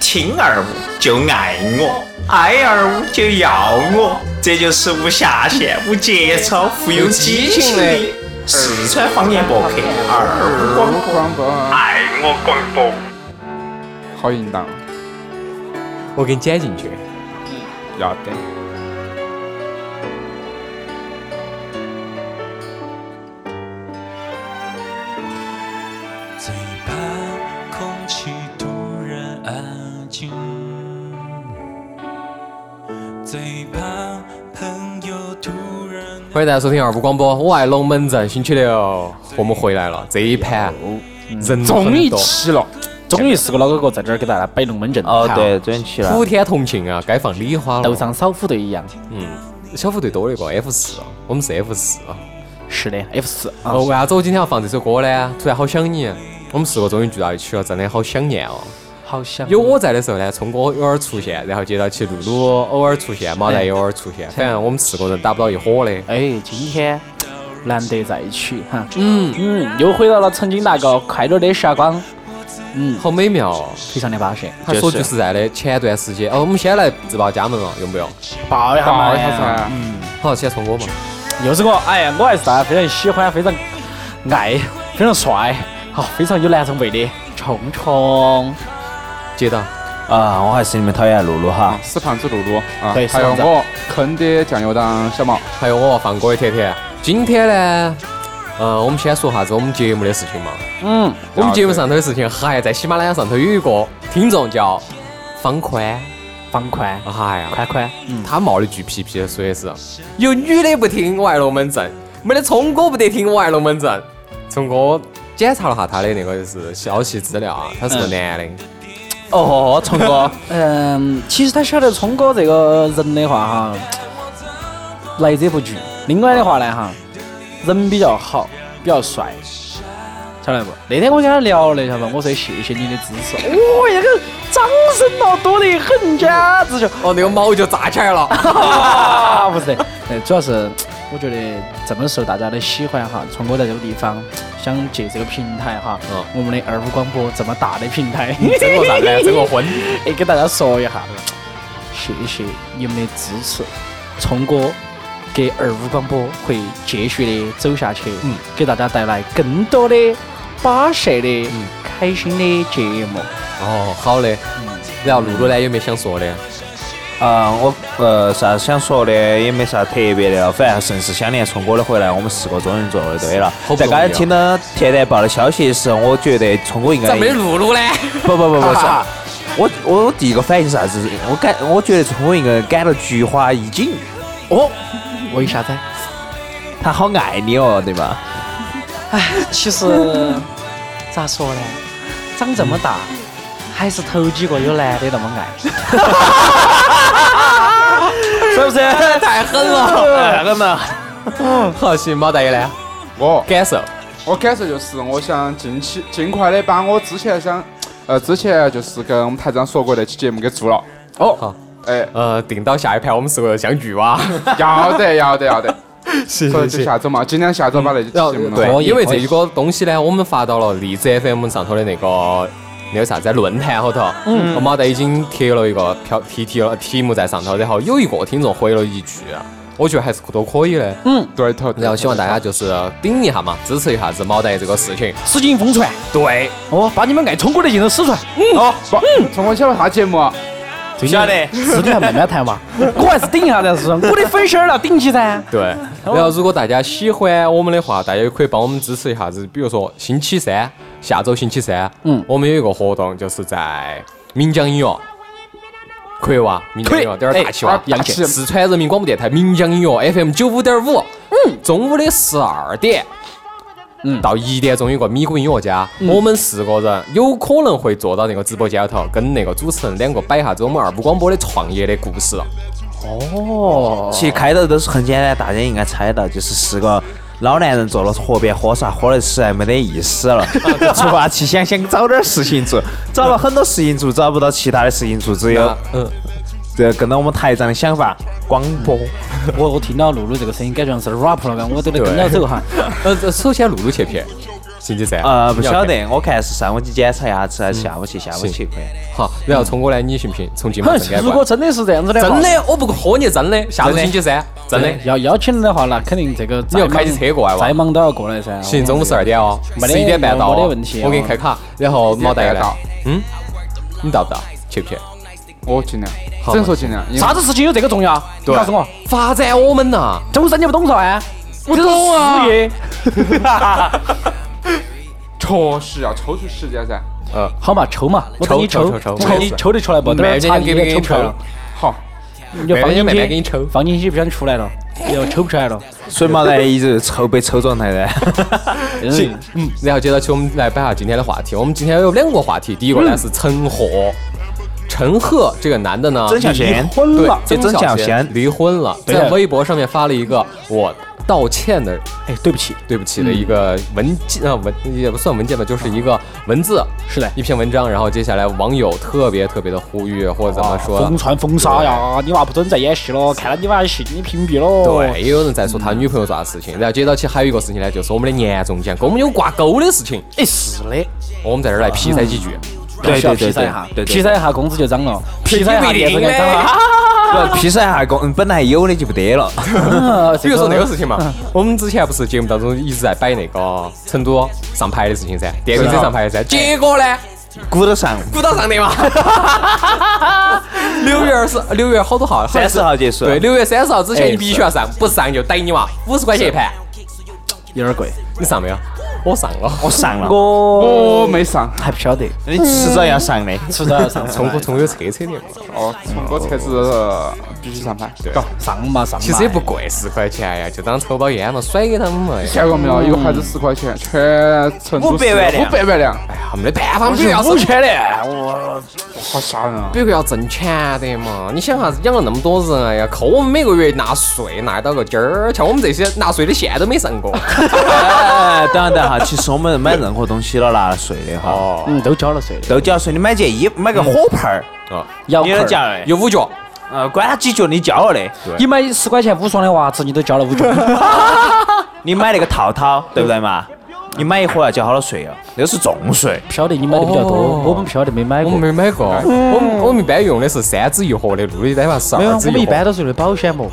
亲二五就爱我，爱二五就要我，这就是无下限、无节操、富有激情的四川方言博客二五广播广播爱我广播。好淫荡，我给你剪进去。要得。最怕空气突然安静，最怕朋友突然欢迎大家收听二五广播，我爱龙门阵。星期六我们回来了，这一盘人终于很多齐了，终于是个老哥哥在这儿给大家摆龙门阵。哦，对，准起了。普天同庆啊，该放礼花了。嗯斗上少虎队一样。小虎队多了一个 F 四，哦我们是 F 四。哦是的，F 四啊哦，，为啥子我今天要放这首歌呢？突然好想你。我们四个终于聚到一起了，真的好想念哦。好想有我在的时候呢，聪哥偶尔出现，然后接到起露露偶尔出现，毛蛋也偶尔出现，反正我们四个人打不到一伙的。哎，今天难得在一起哈。嗯嗯，又回到了曾经那个快乐的时光，好美妙哦！非常的巴适。他说句实在的，前段时间哦，我们先来自报家门了，用不用？抱一下抱嘛一下噻。嗯好，先聪哥嘛。又是我，哎呀，我还是大家非常喜欢、非常爱、非常帅，好，非常有男人味的冲冲。接到。啊，我还是你们讨厌露露哈。死胖子露露啊对，还死胖有子我坑的酱油党小毛，还有我放歌的甜甜。今天呢，呃，我们先说下子我们节目的事情嘛。嗯，我们节目上头的事情，还在喜马拉雅上头有一个听众叫方宽，方宽，哎呀，宽宽，嗯，他冒了句皮皮，说的是有女的不听我爱龙门阵，没得聪哥不得听我爱龙门阵。聪哥检查了下他的那个就是消息资料啊，他是个嗯男的。哦，聪哥， 嗯，其实他晓得聪哥这个人的话哈，来者不拒。另外的话呢哈，人比较好，比较帅，晓得不？那天我跟他聊了一下吧，我说谢谢你的支持，哦，那个掌声哦多得很，简直就哦，那个毛就炸起来了。 啊，不是的，呃，主要是我觉得这么受大家的喜欢哈，聪哥在这个地方想借这个平台哈，嗯我们的二五广播这么大的平台，整个啥子呢？整个婚。哎，给大家说一下，谢谢你们的支持，聪哥给二五广播会继续的走下去，嗯，给大家带来更多的巴适的、开心的节目。哦，好的。然后露露呢，有没有想说的？啊，我呃啥子想说的也没啥特别的了，反正甚是想念聪哥的回来，我们四个终于做对了好。不在容易刚啊才听到甜甜报的消息的时候，我觉得聪哥应该咋哎没露露呢？不不不不是啊，我我第一个反应是啥子？我感我觉得聪哥应该感到菊花一紧，哦，为啥子？他好爱你哦，对吧？其实 咋说呢，长这么大，还是头几个有男的那么爱。是不是？ 太狠了。那个嘛， 好，行，毛大爷呢？我感受。我感受就是，我想尽起尽快的把我之前想，呃，之前就是跟我们台长说过那期节目给做了。好，哎，哦呃，定到下一盘我们是个相聚 哇。要得要得要得，是嗯所以就。下周嘛，今天下周把那期然后节目弄对好因为这个东西呢，我们发到了荔枝 FM 上头的那个那个啥子论坛后头，我毛蛋已经贴了一个标题贴了题目在上头，然后有一个听众回了一句，啊我觉得还是都可以的。对头。对然后希望大家就是顶一下嘛，支持一下子毛蛋这个事情。使劲疯传，对，哦，把你们爱聪哥的劲都使出来。哦，不，从我晓得啥节目啊？不晓得，是你还慢慢谈 嘛。我还是顶一下噻，是不是？我的粉丝儿要顶起噻。 对，然后如果大家喜欢我们的话，大家也可以帮我们支持一下子，比如说星期三，下周星期三，嗯我们有一个活动，就是在岷江音乐，可以哇，岷江音乐可以点儿大气哇哎，洋大气！气四川人民广播电台岷江音乐 FM 九五点五，嗯，中午的十二点。嗯，到一点钟有个米谷音乐家，我们四个人有可能会坐到那个直播间头，跟那个主持人两个摆一下子我们二部广播的创业的故事。哦，其实开头都是很简单，大家应该猜到，就是四个老男人坐到河边喝茶，喝的实在没得意思 了。突发奇想，想找点事情做，找了很多事情做，找不到其他的事情做，只有嗯，这跟着我们台长的想法广播。我 我听到露露这个声音，感觉像是 rap 了，我都得跟着走哈。 呃，这首先露露去片，星期三。啊呃，不你要晓看。得，我看是上午去检查牙齿还是下午去？下午行去可以。好，然后冲过来，你信不信？从金门哼正改，如过果来。真的是这样子的话，真的，我不喝你真的。下周星期三，真的。要邀请的话，那肯定这个你要再开忙起车过来哇再忙都要过来噻。行，中午十二点哦，没得十一点半到哦，没得问题哦我给你开卡，然后毛带过11点半来到。嗯，你到不到？去不去？我尽量，好只能说尽量。因为啥子事情有这个重要？你对告诉我，发展我们呐！中山你不懂噻、啊？不懂啊！事业确实要抽出时间噻。好嘛，抽嘛，我等你抽抽抽抽抽你抽得出来不？等慢会慢差点你给你给也抽你不出来抽了，，好，你要慢放慢进慢慢给去你，抽。放进去不想出来了，要抽不出来了。所以毛蛋一直抽被抽状态 的。行，嗯，然后接到起我们来摆下今天的话题。我们今天有两个话题，第一嗯个呢是陈赫，陈赫这个男的呢，曾小贤离婚了对，曾曾小小贤贤离婚了，对在微博上面发了一个我道歉的哎，对不起，对不起的一个文件啊文也不算文件吧，就是一个文字，是的一篇文章。然后接下来网友特别特别的呼吁，或者怎么说疯？传疯杀呀！你娃不准再演戏了，看到你娃的戏你屏蔽了。对，也有人在说他女朋友做啥事嗯情。然后接到起还有一个事情呢，就是我们的年终奖跟我们有挂钩的事情，哎，是的，我们在这儿来披噻几句。对需要对披对萨一对下，对披对。萨一下工资就涨了，披萨一下电视就涨了。不，披萨一下工本来有的就不得了。啊比如说那个事情嘛，我们之前不是节目当中一直在摆那个成都上牌的事情噻，电瓶车上牌噻，结果呢， 鼓得上，鼓捣上的嘛。 六月二十，六月好多号？好像三是十号结束。对，，六月三十号之哎前你必须要上，不上就逮你娃，五十块钱一盘。有点贵，你上没有？我上了。我上 了，哦我哦没上。还不晓得，你迟早要上的。迟早要上从过从过车车的嘛，哦，聪哥才是呃必须上牌。对，上嘛上嘛。其实也不贵，十块钱呀，就当抽包烟嘛，甩给他们嘛。哎看过没有？一个牌子十块钱，全成都市500万辆五百万辆，哎呀，没得办法，必须要五挣，千的，好吓人啊！必须要挣钱的嘛。你想啥子，养了那么多人，哎呀，扣我们每个月纳税纳到个鸡儿，像我们这些纳税的线都没上 过。哎，等下等下哈，其实我们买任何东西了拿了税的哈，哦，嗯，都交了税的，都交税。你买件衣服，买个火盆儿，啊，要你扣也儿得交的。有五角，呃，管他几角，你交了的。你买十块钱五双的袜子，你都交了五 角。你买那个套套，对不对嘛？你买一盒要交好多税哦，那是重税。不晓得你买的比较多哦，我们哎不晓得没买我过。们没买过，我们我们一般用的是三支一盒的，路里单嘛十没有，二支我们一一般盒。都是用的保险膜。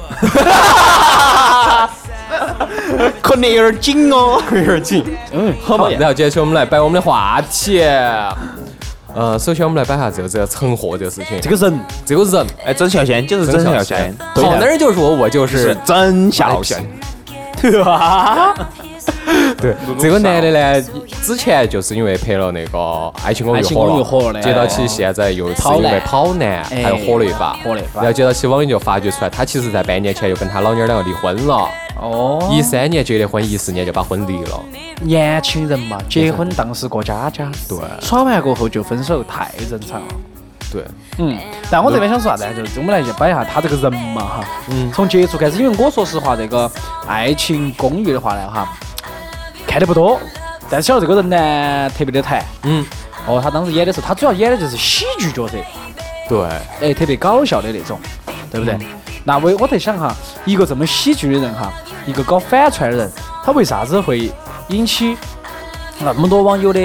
可能有点紧哦。嗯，好好嘛，嘛。然后接下去我们来摆我们的话题。呃，首先我们来摆下这个这个存货这个事情，这个人这个人哎，曾小贤就是曾小贤，好男人就是我，我就是是曾小贤。对这个男的呢，之前就是因为拍了那个《爱情公寓》爱情公火寓火了，了接到起现在又是因为跑男还有火了一把，哎火了一把然后接到起网友就发掘出来，他其实在半年前就跟他老娘两个离婚了，哦，一三年结的婚，一四年就把婚离了。年轻人嘛，结婚当时过家家，对耍完过后就分手，太正常了。对，嗯，但我这边想说啥子，就是我们来去摆一下他这个人嘛哈。嗯。从接触开始，因为我说实话，这个《爱情公寓》的话呢哈，看的不多，但是晓得这个人呢特别的谈。嗯，哦，他当时演的时候，他主要演的就是喜剧角色，对，哎，特别搞笑的那种，对不对？那我我在想哈，一个这么喜剧的人哈，一个搞反串的人，他为啥子会引起那么多网友的，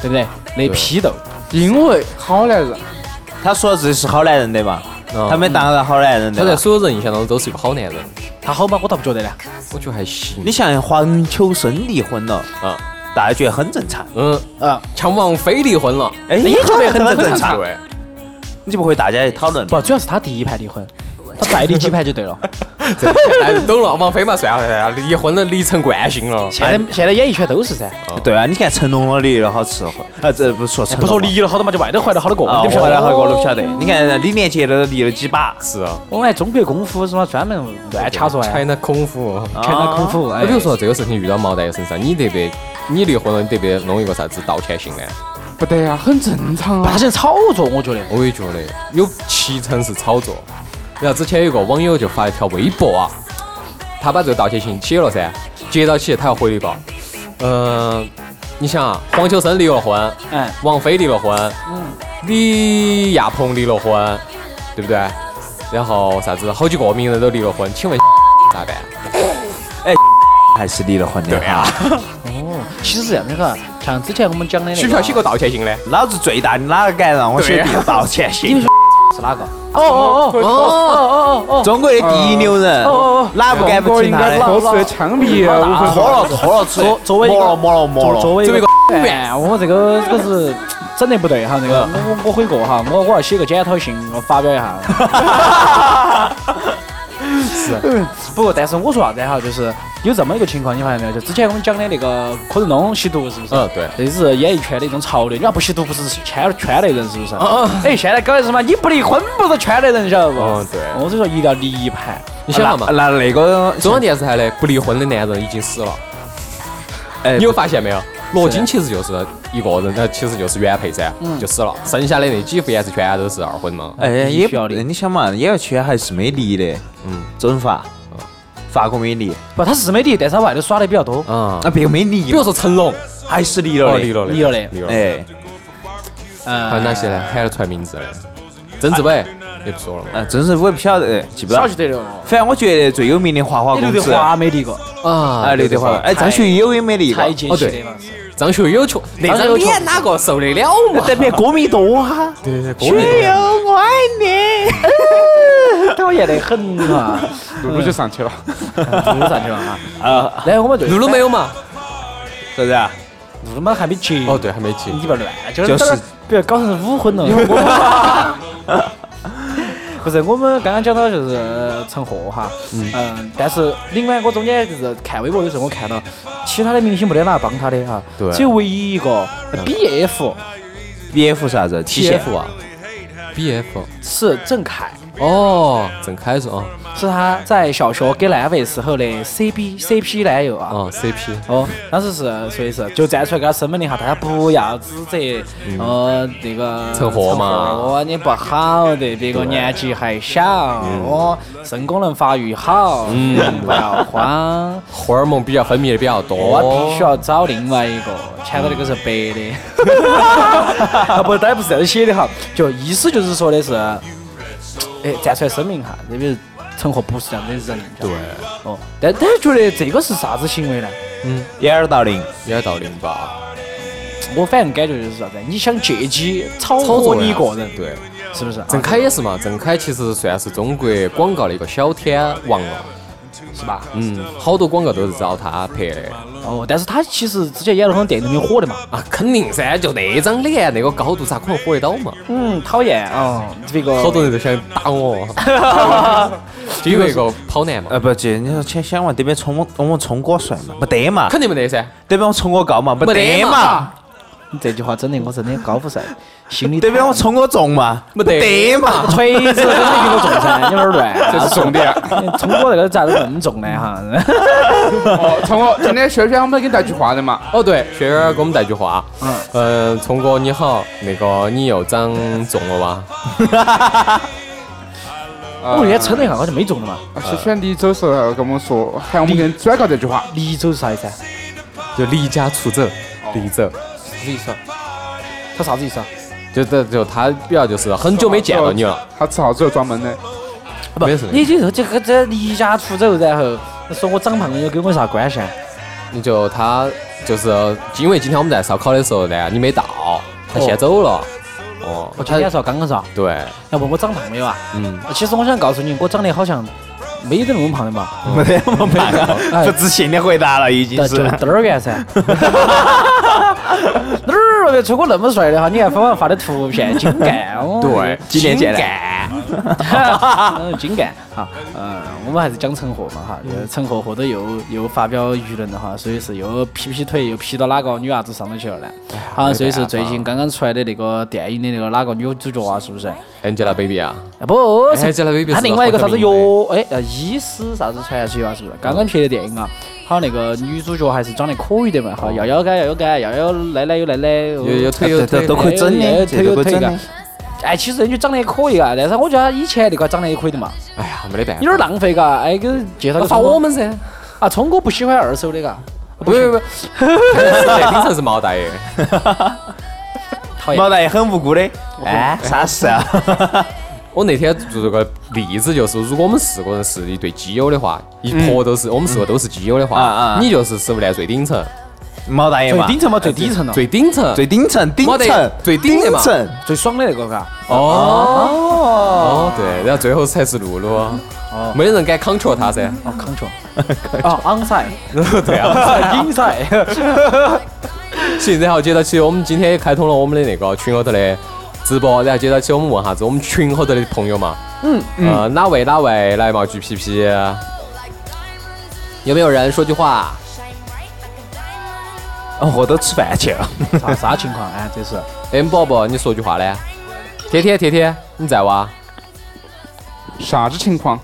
对不对？那批斗，因为好男人， 他说自己是好男人的嘛，嗯他们当然好男人他的在嘛。所有人印象当中都是一个好男人，他好吗？我倒不觉得呢。我觉得还行你。像黄秋生离婚了，嗯大家觉得很正常。嗯，啊、像王菲离婚了，哎，你觉得很正正常？对，你就不会大家去讨论？不，主要是他第一盘离婚，他再离几盘就对 了。哎懂了，王菲嘛算了，离婚了，离成惯性了。现在现在演艺圈都是噻，对啊，你看成龙了离了好伺候，啊，这不说成哦不龙说了离了好多嘛，就外头怀了好多个，啊，你我不晓后来得好多都不晓得。你看李连杰都离了几把，是啊，我们中国功夫是嘛，专门乱掐说哎， China 功夫。全当功夫。哎那比如，说这个事情遇到毛蛋身上，你得不得？你离婚了，你得不得弄一个啥子道歉信呢？不得呀，很正常那啊。些炒作，我觉得我也觉得有七成是炒作。然后之前有个网友就发一条微博啊，他把这个道歉信写了噻，接到起他又回一个，嗯，你想啊，黄秋生离了婚，嗯，王菲离了婚，李亚鹏离了婚，对不对？然后啥子好几个名人都离了婚，请问咋办？ 还是离了婚的。啊，哦，其实是这样的哈，像之前我们讲的那个许飘写过道歉信的，老子最大，你哪个敢让我写对道歉你信们？是哪个？哦哦哦哦哦哦哦！中国的第一牛人哦哦，哪不敢不听应他该的？口水枪毙啊！无非喝了喝 了，作作为一个磨了磨了磨了，作为一作为一个个，哎，我这个这个是整得不对哈，这个我我悔过哈，我我要写个检讨信，我发表一下。是，不过但是我说啥子哈，就是有这么一个情况，你发现没有？就之前我们讲的那个柯震东吸毒是不是？嗯对这是演艺圈的一种潮流，你要不吸毒不是圈圈内人是不是？哎，现在搞的是什么？你不离婚不是圈内人，晓得不？嗯对我就说一定要离一盘。 你想嘛嘛，那那个中央电视台的不离婚的男人已经死了，哎你有发现没有？罗京其实就是一个人，他其实就是原配噻，就死了，剩下的那几副颜值全都是二婚嘛。哎必也须要不离你想嘛，演艺圈还是没离的，嗯，整法，法国没离，不，他是没离，但是他外头耍的比较多，啊，那别个没比离如，说成龙，还是离哦了离的，了的，离了的离了的。哎，嗯，还有哪啊些呢？喊得出来名字的？曾志伟也不说了嘛。啊，真是我也不晓得，哎记不少到去。得了。反正我觉得最有名的花花刘公德子，华没离过，啊哎，刘德华，哎，张学友也没离过才。接哦起对的嘛。是张学友球，那张学友张球脸哪个受得了嘛？但别歌迷多哈，对对，郭明我爱你。讨厌得很 啊嘛，露露就上去了。录上去了哈。啊，来我们对，露露没有嘛？啥子啊？露露嘛还没结，哦，对，还没结。你别乱，就就是是不要搞成五婚了。 不是，我们刚刚讲到就是成祸哈，嗯，但是另外我中间就是看微博的时候，我看到其他的明星没得哪帮他的哈，啊对只有唯一一个 B F BF 啥子？体现 TF 啊，BF 是郑恺，哦，郑恺是啊，是他在小学给烂尾时候的 C B C P 男友啊，啊 CP 哦，当时是所以是就站出来给他声明了一下，大家不要指责，呃，那个趁火嘛趁火你不好的，别个年纪还小，哦，肾功能发育好，嗯，哦不要慌，荷尔蒙比较分泌的比较我必须多。哦要找另外一个，前头那个是白的， 啊不，当然不是这样写的哈，就意思就是说的是，哎，站出来声明一下，这边陈火不是这样的人，对，哦，但但是觉得这个是啥子行为呢？掩耳盗铃，有点道理吧？我反正感觉就是啥子，你想借机炒操作作你呀一个人，，对。是不是啊？郑恺也是嘛，郑恺其实算是中国广告的一个小天王了，是吧？嗯，好多广告都是找他拍的哦，但是他其实之前演了很多电影里面火的嘛，啊，肯定噻，就那张脸那个高度，咋可能火得到嘛？嗯，讨厌啊，这个好多人都想打 我，就有一个跑男嘛，呃，不，姐，你说千想嘛，这边冲我，我们冲哥帅嘛，没得嘛，肯定没得噻，这边我冲我高嘛，没没得得嘛嘛，你这句话真的我真的高富帅，心里这边我冲我重嘛，没得嘛，锤子真的比我重 噻，你有点乱，这是重点。啊中国这个咋都那么重呢哈？哦，从我今天轩轩我们给你带句话的嘛，哦，对，雪儿给我们带句话。嗯，呃，聪哥你好，那个你又长重了吧？呃啊我那天称了一下，好像没中的嘛，轩轩你走时候跟我们说，喊我们给你转告这句话。离走是啥意思啊？就离家出走，离走，啥意思啊？他啥子意思啊？就这就他比较就是很久没见到你了，他吃好之后装闷的，没事，啊你这个这个这离家出走，然后说我长胖又跟我啥关系啊？你就他就是因为今天我们在烧烤的时候呢，你没到，他先走了。哦，我今他天说刚刚说，对，要不我长胖没有啊？嗯，其实我想告诉你，我长得好像没得那么胖的嘛，没得嘛， 没哎得，不自信的回答了，已经就是就。嘚儿圆噻。哪儿没出过那么帅的哈？你看芳芳发的图片，精干哦。对，几年见的 嗯，精干哈。嗯，我们还是讲陈赫嘛哈，就是陈赫后头又又发表舆论了哈，所以是又劈劈腿，又劈到哪个女伢子上头去了呢？好像所以是最近刚刚出来的那个电影的那个哪个女主角啊，是不是？ Angelababy 啊，啊不是，哎这个 baby 他是另个外一个好啥像子名药，哎，呃，医师啥子传奇啊，是不是？刚刚拍的电影啊，好像那个女主角还是长得可以的嘛，哈，要腰杆要腰杆，要要奶奶有奶奶，有有有腿有这腿这都可以整哎的，腿这有都可以腿整的的。。哎，其实人家长得也可以啊，但是我觉得他以前那个长得也可以的嘛，哎呀，没得办法，有点浪费嘎。哎，给介绍个发聪哥我们噻。啊，聪哥不喜欢二手的嘎，不不不， 这平常是毛大爷，讨厌毛。大爷很无辜的，哎，啥事啊？我那天做这个例子就是，如果我们四个人是一对基友的话，一坨都是，我们四个都是基友的嗯啊啊话，啊你就是食物链最顶层，毛大爷最嘛，顶层嘛，最底层了，最顶层，最顶层，顶没得层，最顶的顶嘛层，最爽的那个嘎。哦哦对，然后最后才是露露，哦没人敢 control 他噻。哦，control，哦，onside，对啊， inside，行，然后接到起我们今天也开通了我们的那个群后头的直播，然后接到起我们问啥子我们群后头的朋友嘛，嗯，呃，哪位哪位来嘛，举 P P，有没有人说句话？哦，我都吃饭去了。啥啥情况啊？这是 M 宝宝，你说句话呢？铁铁铁铁，你在哇？啥子情况？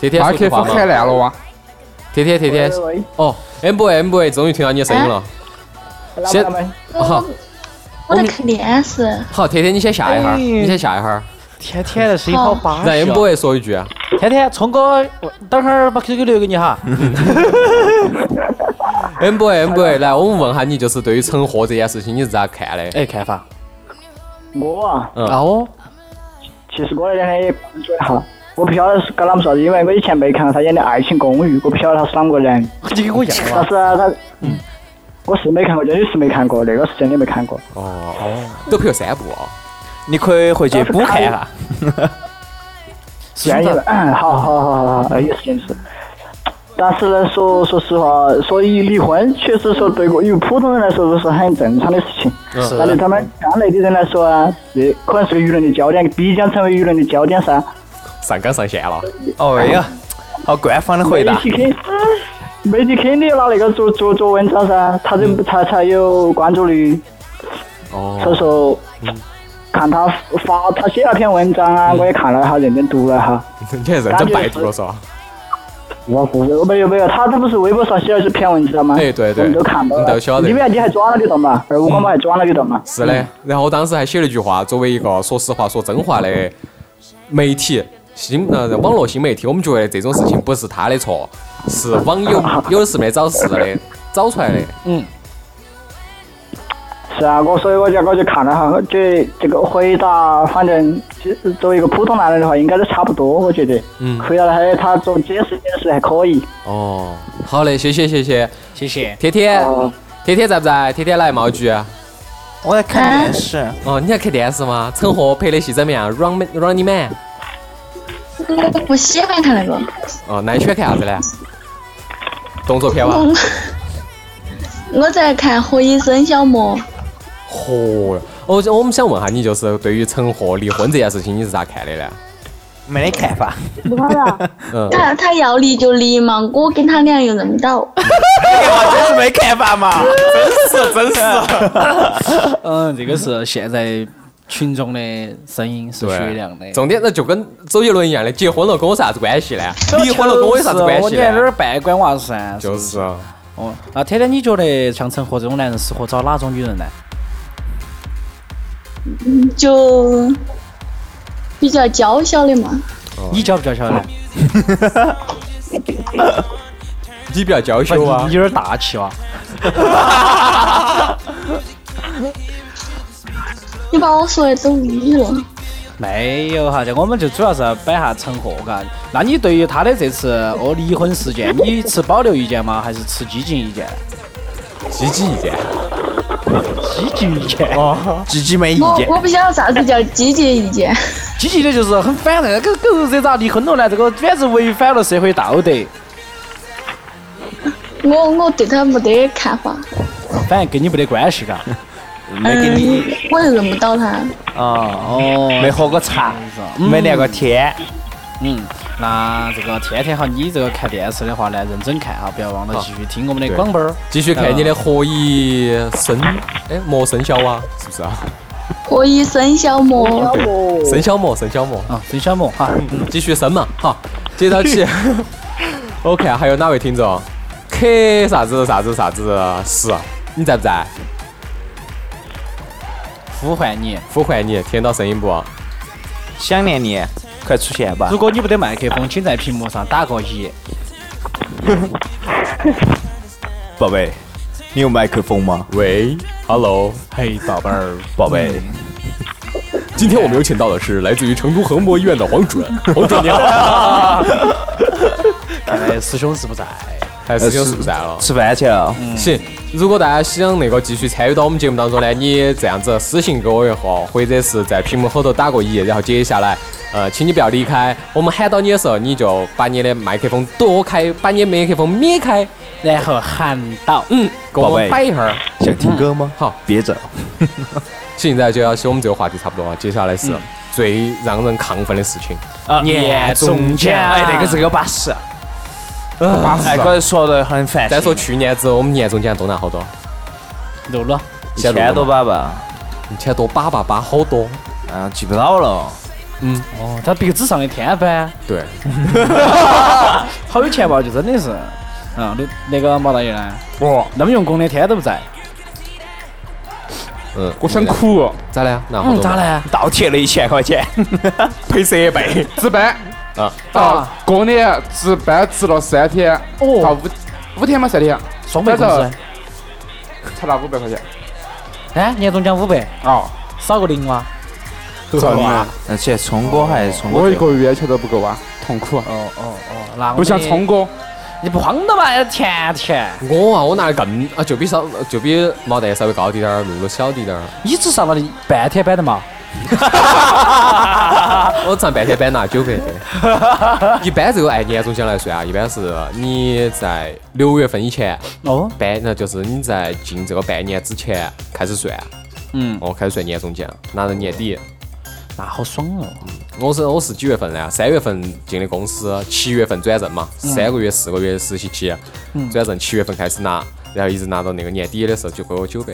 铁铁麦说句克话风嘛。喊烂了哇！铁铁铁铁，哦，M boy M boy，终于听到你的声音了。先，哦好，我的可怜是， 好，铁铁你先下一哈，哎你先下一哈，天天的声音好巴让适 M 哦。 boy 说一句啊。天天，聪哥，我等会儿把 QQ 留给你哈。嗯 M boy M boy，来，我们问下你，就是对于成货这件事情你是咋看的？哎，看法。我啊，嗯哦，其实我那天也关注了哈，我不晓得是搞啷么啥子，因为我以前没看过他演的《爱情公寓》，我不晓得他是啷么个人，你跟我一样但哇。是啊他，我是没看过，真的是没看过，那个是真的没看过。都拍了三部啊。你可以回去补啊看一 下。建议了，嗯好好好好好，有时间吃。但是呢，说说实话，所以离婚确实说对我因为普通人来说这是很正常的事情，是但对他们圈内的人来说啊，这可能是个舆论的焦点，必将成为舆论的焦点噻。上纲上线了，哦哎呀，好官方的回答。媒体肯，媒体肯定啊拿那个做做做文章噻，他就才才有关注率。嗯哦所以说，看他发他写了篇文章啊，嗯我也看了哈，认真读了哈。你还认真拜读了是吧？我不是，我没有没有，他这不是微博上写了这篇文章吗？哎嗯对对我们都看到了，你都晓得嗯你们你还转了得到嘛？二五广播还转了得到嘛？是的，然后我当时还写了一句话，作为一个说实话、说真话的媒体新呃网络新媒体，我们觉得这种事情不是他的错，是网友有的是没找事的找出来的。是啊，我所以我就我就看了哈，我觉得这个回答，反正其实作为一个普通男人的话，应该都差不多，我觉得。嗯回答的还他做解释解释还可以。哦，好嘞，谢谢谢谢，谢谢。铁铁哦，铁铁在不在？铁铁来毛局。我在看电哎视，哦，你在看电视吗？陈赫拍的戏怎么样？Run Man- Running Man。我不喜欢看那个，哦，那你喜欢看啥子呢？动作片哇。我 我在看《何以笙箫默》，嚯，我我们想问下你，就是对于陈赫离婚这件事情，你是咋看的呢？没得看法。嗯， 他他要离就离嘛，我跟他俩又认不到，真是没看法嘛，真是真是。嗯，这个是现在群众的声音是对雪亮的。重点那就跟周杰伦一样的，结婚了跟我啥子关系呢？离婚了跟我有啥子关我系女儿在这呢？儿半管娃子噻。就是啊，哦，那天天你觉得像陈赫这种男人适合找哪种女人呢？就比较娇小的嘛。哦你娇不娇小呢？你比较娇羞啊你。有点大气哇。你把我说的都晕了，没有哈，这我们就主要是摆下陈赫嘎。那你对于他的这次哦离婚事件， 你持保留意见吗？还是持激进意见？积极一点。积极意见。哦吉吉没意我见，我不晓得啥子叫积极意见，积极的就是很反的，跟狗日这咋离婚了呢？这个简直违反了社会道德。我我对他没得看法，反正跟你没得关系嘎。没给你嗯我又认不到他。啊，哦没喝过茶，没聊过天，嗯，那这个天天和你这个看电视的话呢，认真看啊，不要忘了继续听我们的广播儿。继续看你的何以笙，哎，莫笙箫啊，是不是啊？何以笙箫默，笙箫默，笙箫默，啊，曾小萌哈，继续笙嘛，好，接到 起。我看啊还有哪位听众？K 啥子啥子啥子十，你在不在？呼唤你。呼唤你，听到声音不？想念你，快出现吧如。果你不得麦克风，请在屏幕上打个一。宝贝，你有麦克风吗？喂，Hello，嘿，宝贝儿，宝贝，今天我们有请到的是来自于成都横博医院的黄准，黄准你好。呃看来师兄是不在。还哎是有实战了。吃饭去嗯了。行，如果大家想那个继续参与到我们节目当中呢，你也这样子私信给我一下，或者是在屏幕后头打个一，然后接下来。呃，请你不要离开，我们喊到你的时候，你就把你的麦克风躲开，把你的麦克风免开，然后喊到，嗯，给我宝们贝摆一会儿。嗯想听歌吗？好，别 走。现在就要说我们这个话题差不多了，接下来嗯是最让人亢奋的事情呃啊年终奖哎，那个是个巴适，啊巴适。哎，刚才说的很烦。再说去年子我们年终奖都拿好多，露露，一千多把吧，一千多把吧，把好多。嗯，记不到了。哦，他鼻子上的天翻，对，好有钱吧？就真的是，啊，那那个毛大爷呢？哦，那么用功的天都不在，嗯，我想哭，咋了呀？拿好嗯，多咋嘛？了？倒贴了一千块钱， 赔设备。值班啊啊，过年值班值了三天，哦啊五五天嘛，三天，双倍工资反，才拿五百块钱哎，年终奖五百，啊，少个零哇。真的，而且聪哥还聪我哥一个月钱都不够啊，痛苦啊，哦哦哦，那不像聪哥，哥，你不慌的嘛，要钱钱，我啊，我拿的更啊，就比稍就比毛蛋稍微高滴点儿，露露小滴点儿。你只上了半天班的嘛？我上半天班拿九百的。一般这个按年终奖来算啊，一般是你在六月份以前哦，半，那就是你在进这个半年之前开始算，嗯，哦，开始算年终奖，拿到年底。那好爽哦。我是我是几月份呢？三月份进的公司，七月份转正嘛，三个月四个月实习期，转正七月份开始拿，然后一直拿到那个年底的时候就给我九百，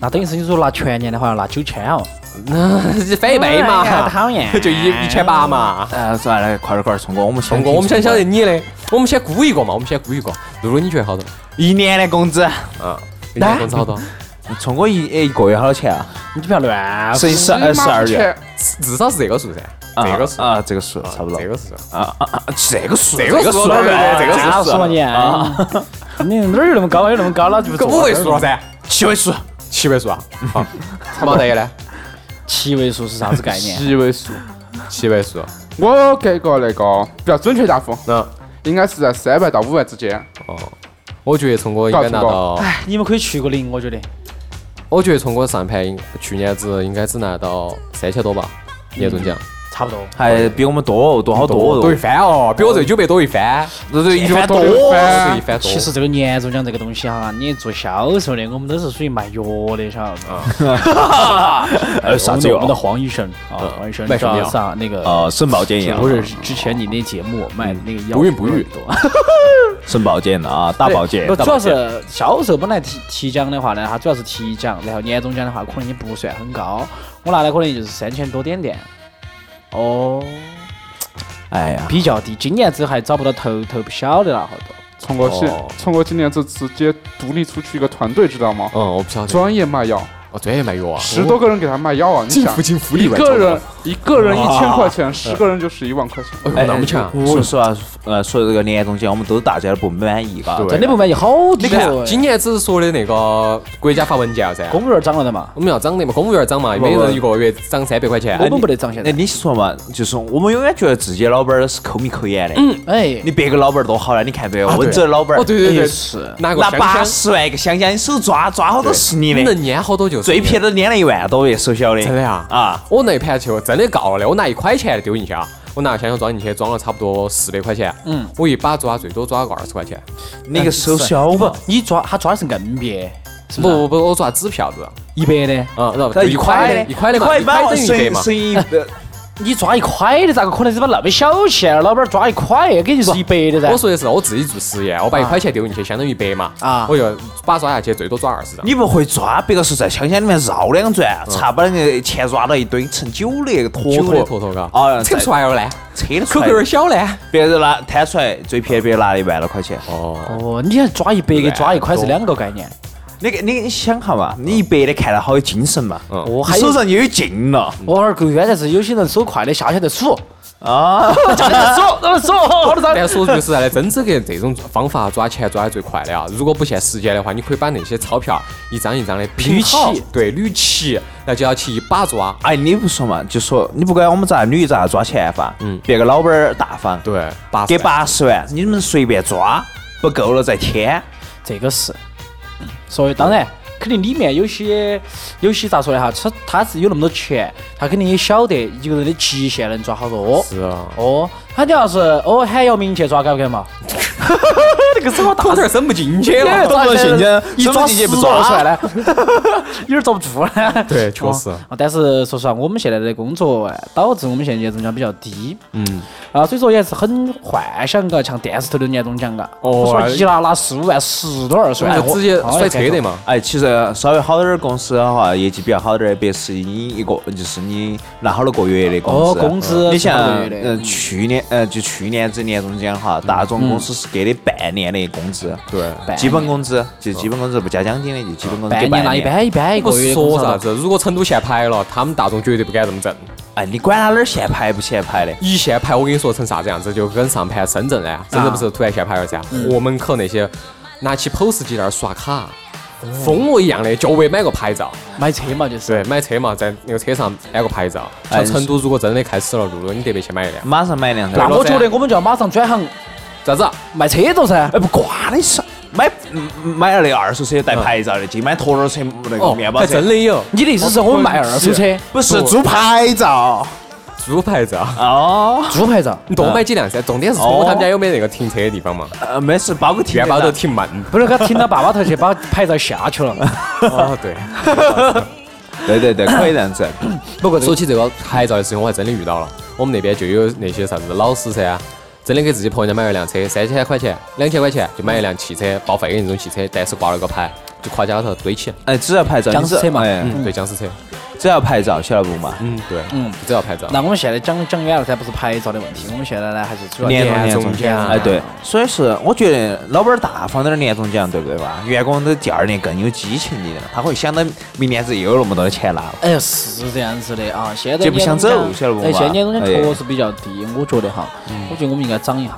那等于是你如果拿全年的话，要拿九千哦，那翻一倍哎呀嘛，讨厌就一一千八嘛。哎，算了，快点快点，聪哥，我们通先过，我们听聪想晓哥得你的，我们先估一个嘛，我们先估一个。露露，你觉得好多？一年的工资，啊，你觉得工资好多？聪哥一哎一个月好多钱啊？你就不要乱是十二十二钱月，至少是这个数噻，啊这个数，啊，这个数差不多这。个数。啊啊啊！这个数，这个数对哎对对这那个是数嘛啊你？嗯 你哪儿有那么高，有那么高，那就 不个做五位数了噻，七位数，七位数啊。好，毛大爷呢？七位数是啥子概 念？七位数。七位数。我给个那个比较准确答复，那应该是在三万到五万之间。哦，我觉得聪哥应该拿到，哎，你们可以去个零，我觉得我觉得聪哥上盘应去年子应该只拿到三千多吧，年终奖。差不多。还比我们多多好多多一番哦，比我这九百多一番，这这一翻翻多多一这是番一，番多。其实这个年终奖这个东西哈，你做销售的，我们都是属于卖药的，晓得不？啊 哎呃啥子我们的哟？黄医生啊，黄医生嗯卖什么药啊上上那个哦，肾宝健是呀，不是之前你那节目卖的那个药嗯不孕不育 多，肾宝健的啊，大保健不，大主要保健是销售本来提提奖的话呢，它主要是提奖，然后年终奖的话可能也不算很高，我拿的可能也就是三千多点点，哦，哎呀，比较低。今年子还找不到头头，不晓得了好多。从我去哦，从我今年子直接独立出去一个团队，知道吗？嗯，我不晓得。专业卖药，哦，专业卖药啊，十多个人给他卖药啊！你想，进啊福一个人一个人一千块钱，十个人就是一万块钱。哎呦，那么强。说实话，呃，说这个年终奖，我们都是大家都不满意，嘎。对啊真的不满意，好低你看，头。今年只是说的那个国家发文件了噻，公务员涨了的嘛，我们要涨的嘛，公务员涨嘛，每人一个月涨三百块钱我。们不得涨现那在。你说嘛，就是我们永远觉得自己老板儿是抠门抠眼的。哎，嗯你别个老板儿多好了，你看别个温州的老板儿，嗯哦，对对对，是拿个拿香八香，十万一个香蕉，你手抓抓好多是你你的，能粘好多就是最便宜都撵了一万多，也手小的。真的呀啊，我那一盘球真的够了的，我拿一块钱丢进去啊，我拿香蕉装进去，装了差不多四百块钱。嗯，我一把抓最多抓个二十块钱。那个手小嘛，嗯你抓他抓的是硬币，是不不是不不，我抓纸票子，一百的，嗯，然后那就一块的，一一块的嘛，块一块半等于一百嘛。生意呃你抓一块的，咋个可能是把那么小钱？老板抓一块，给你是一百的噻。我说的是我自己做实验，我啊把一块钱丢进去，相当于一百嘛。啊我就把抓下去，最多抓二十张。你不会抓，别个是在香香里面绕两转，差把那个钱抓到一堆成酒的那个坨嗯九坨个坨坨嘎，啊，扯不出来了嘞扯得出，QQ 来，有点小嘞。别人拿摊出来最便宜，别人拿了一万多块钱。哦，哦，你看抓一百跟抓一块是两个概念。那个你想哈嘛，你一百的看了好有精神嘛，哦，还你手有上就有劲了我儿够冤的是，有些人手快的下去在数，啊！下去在数，然后 数好多 张。但说句实在的，真资格这种方法抓钱抓的最快的啊！如果不限时间的话，你可以把那些钞票一张一张的拼好捋齐，对，捋齐，那就要去一把抓。哎，你不说嘛，就说你不管我们咋捋咋抓钱法，嗯别个老板儿大方，对，八给八十万，你们随便抓，不够了再添。这个是，所以当然肯定里面有些有些咋说呢哈，他他是有那么多钱，他肯定也晓得一个人的极限能抓好多。是啊，哦，他你要是哦喊姚明去抓，敢不敢嘛？那个手口头伸不进去 了。动不动进去，一抓抓进去不死抓了出 来呢，有点抓不住了。 对确实哦啊但是说实话，我们现在的工作啊导致我们现在年终奖比较低。嗯。啊，所以说也是很幻想嘎，像电视头的年终奖嘎。哦说一拿拿四五万、十多二十万，就直接甩车的嘛。嘛。哎，其实稍微好点儿的公司的话，业绩比较好点儿，别是你一个就是你拿好了个月的工资。哦工资你是拿像个月的呃去年呃就去年子年终奖哈，大众公司是给的半年的工资，对，半基本工资就基本工资不加奖金的就基本工资嗯半给年那一年。般一般一不个月是说啥子，如果成都限牌了，他们大众绝对不敢这么挣。哎，你管他哪儿限牌不限牌的，一限牌，我跟你说成啥子样子，就跟上盘深圳呢，深圳不是突然限牌了噻，河门口那些拿起 POS 机在那儿刷卡，疯了一样的，就为买个牌照，买车嘛就是。对，买车嘛，在那个车上安个牌照。哎像成都如果真的开始了路了，你得不得去买一辆？马上买辆车。那我觉得我们就要马上转行咋子？啊卖车子噻。哎，不挂的是买嗯买那个二手车带牌照的，就买拖拉车那个哦面，包还车真，的有你的意思是我们卖二手车，不是租牌照租牌 照，哦，猪牌照？你多买几辆噻。重点是我哦他们家有没有那个停车的地方嘛？呃，没事，包个体面包的都挺慢。不是，他停到爸爸头去，把牌照下去了。 哦，对。对对对，可以这样子。不过说起这个牌照的事情，我还真的遇到了。我们那边就有那些啥子老师噻，真的给自己朋友家买了辆车，三千块钱、两千块钱就买一辆汽车，报废的那种汽车，但是挂了个牌，就挎家里头堆起。哎，只要牌照，僵你只尸车嘛哎嗯，对，僵尸车。只要牌照，晓得不嘛？嗯，对，嗯，只要牌照。 那我们现在讲讲远了噻，不是牌照的问题，我们现在呢还是主要年讲终终奖哎，对，所以是我觉得老板儿大方点儿年终奖，对不对吧？员工的第二年更有激情的，他会想到明年子又有那么多的钱拿了。哎，是这样子的啊，现在就不想走晓得不嘛哎，现在年终奖哎确实比较低，我觉得哈，嗯我觉得我们应该涨一下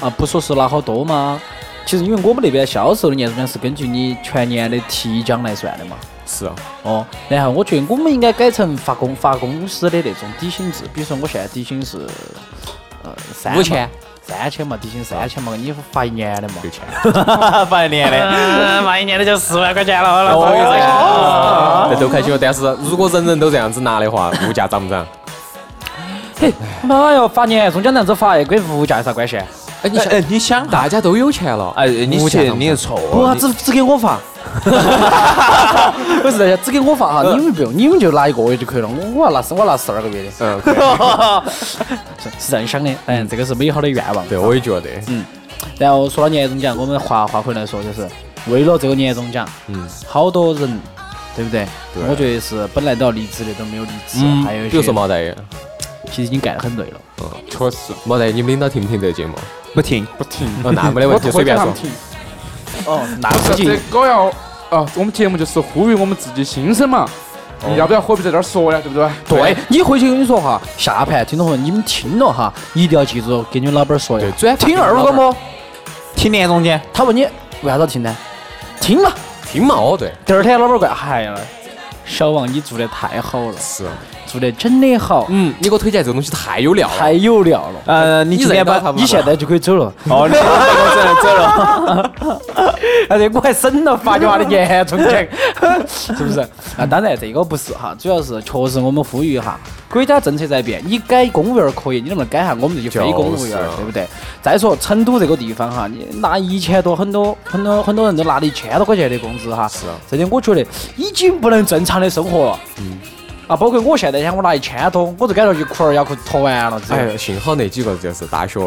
啊，不说是拿好多嘛。其实因为我们那边销售的年终奖是根据你全年的提奖来算的嘛。是啊，哦，然后我觉得我们应该改成发公发公司的那种底薪制，比如说我现在底薪是呃三嘛五千，三千嘛，底薪三千嘛，你发一年 的嘛，六千。发一年的，嗯发一年的就四万块钱了，哦， 我跟你说这都开心了。但是如果人人都这样子拿的话，物价涨不涨？嘿，妈哟，哎发年终奖这样子发，跟物价有啥关系？啊哎，你哎想，哎，你想哈，大家都有钱了，哎，你物价去涨不你涨是错不啊，了，只只给我发。 不是，只给我发哈，你们不用，你们就拿一个月就可以了。我我要拿我拿十二个月的，嗯，可以是是这样想的。嗯，这个是美好的愿望。对，我也觉得。然后说到年终奖，我们话话回来说，就是为了这个年终奖，嗯，好多人，对不对？对我觉得是本来都要离职的都没有离职，嗯还有一，些比如说，毛大爷，其实已经干得很累了。确实毛大爷，你们领导听不听这个节目？不听。不听。哦，那没得问我题，随推荐便他说们。听。哦，那不估啊是这计个要啊，我们节目就是呼吁我们自己心声嘛，你要不要何必在这儿说呢？对不对？哦哎对，你回去跟你说哈，下盘听众朋友你们听了哈，一定要记住跟你们老板说一下对，，转发听二给路老广板播，听年终奖，他问你为啥子要听呢？听了，听嘛，哦，对，第二天老板怪，哎呀，小王你做的太好了，是，做的真的好，嗯，你给我推荐这个东西太有料了，太有料了，呃，你你今天认把到他们你现在就可以走了。哦， 你我走了走了。而且我还省了发你娃的年终奖，是不是？啊，当然这个不是哈，主要是确实我们呼吁一下，国家政策在变，你改公务员儿可以，你能不能改下我们这些非公务员儿就是，对不对？再说成都这个地方哈，你拿一千多，很多很多很多人都拿了一千多块钱的工资哈，是啊这点我觉得已经不能正常的生活了。嗯。啊，包括我现在想我拿一千多，我就感觉一裤儿要裤脱完了，直接哎，幸好那几个就是大学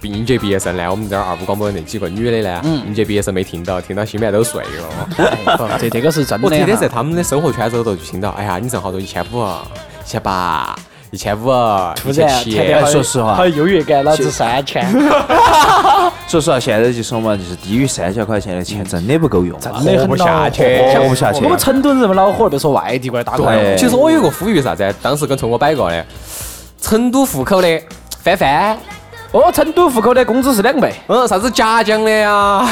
毕应届毕业生呢，我们这儿二五广播的那几个女的呢，应届毕业生没听到，听到心里面都碎了。哎不这这个是真的我哈。天天在他们的生活圈走走，就听到，哎呀，你挣好多，一千五，啊一千八，一千五，啊突一然千特七，别好有，说实话好有优越感，老子三千。所以 说啊现在就说嘛，就是低于三千块钱的钱真的不够用啊，真哎的很活不下恼去火活不下去我们成都人这么恼火，别说外地过来打过来对了。其实我有个呼吁啥子？当时跟聪哥摆过的，成都户口的翻翻，哦，成都户口的工资是两倍，嗯，啥子夹江的呀，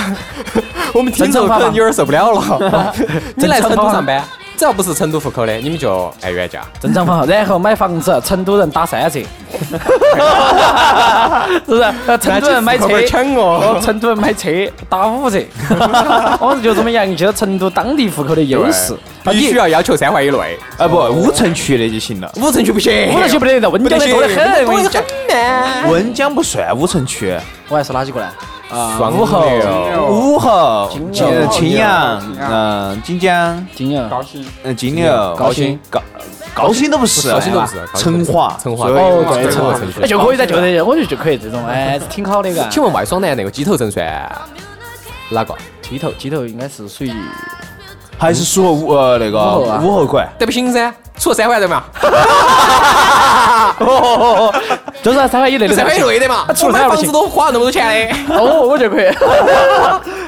我们听 正众常发可放 能有点受不了了。你来成都上班，只要不是成都户口的，你们就按原价。正常房，然后买房子，成都人打三 折，是不是？呃成都人买车那去户口本抢我哦成都人买车打五 折，我是觉得我们洋气了成都当地户口的优势。啊必须你要要求三环以内，啊不，五城区的就行了。五城区不行，我那去不得的，温江的多得很，我跟你讲，温江不算五城区，我还是哪几个呢？双武侯武侯、金呃牛青阳、嗯、锦江、金牛，高新，嗯、金牛、高新、高高新都不是，高新都不是啊哎呀高新都成不是华、成华所以哦对，成成华华城区哎就可以噻，就这些，我就就可以这种，哎，挺好的一个。请问外双南那个鸡头镇算哪个？鸡头，鸡头应该是属于还是属武呃那个武侯啊武侯馆。得不行噻，除了三环的嘛，就是三环以内 的三环以内的 嘛，除了买三环房不子行。都花那么多钱的。哦，我就可以。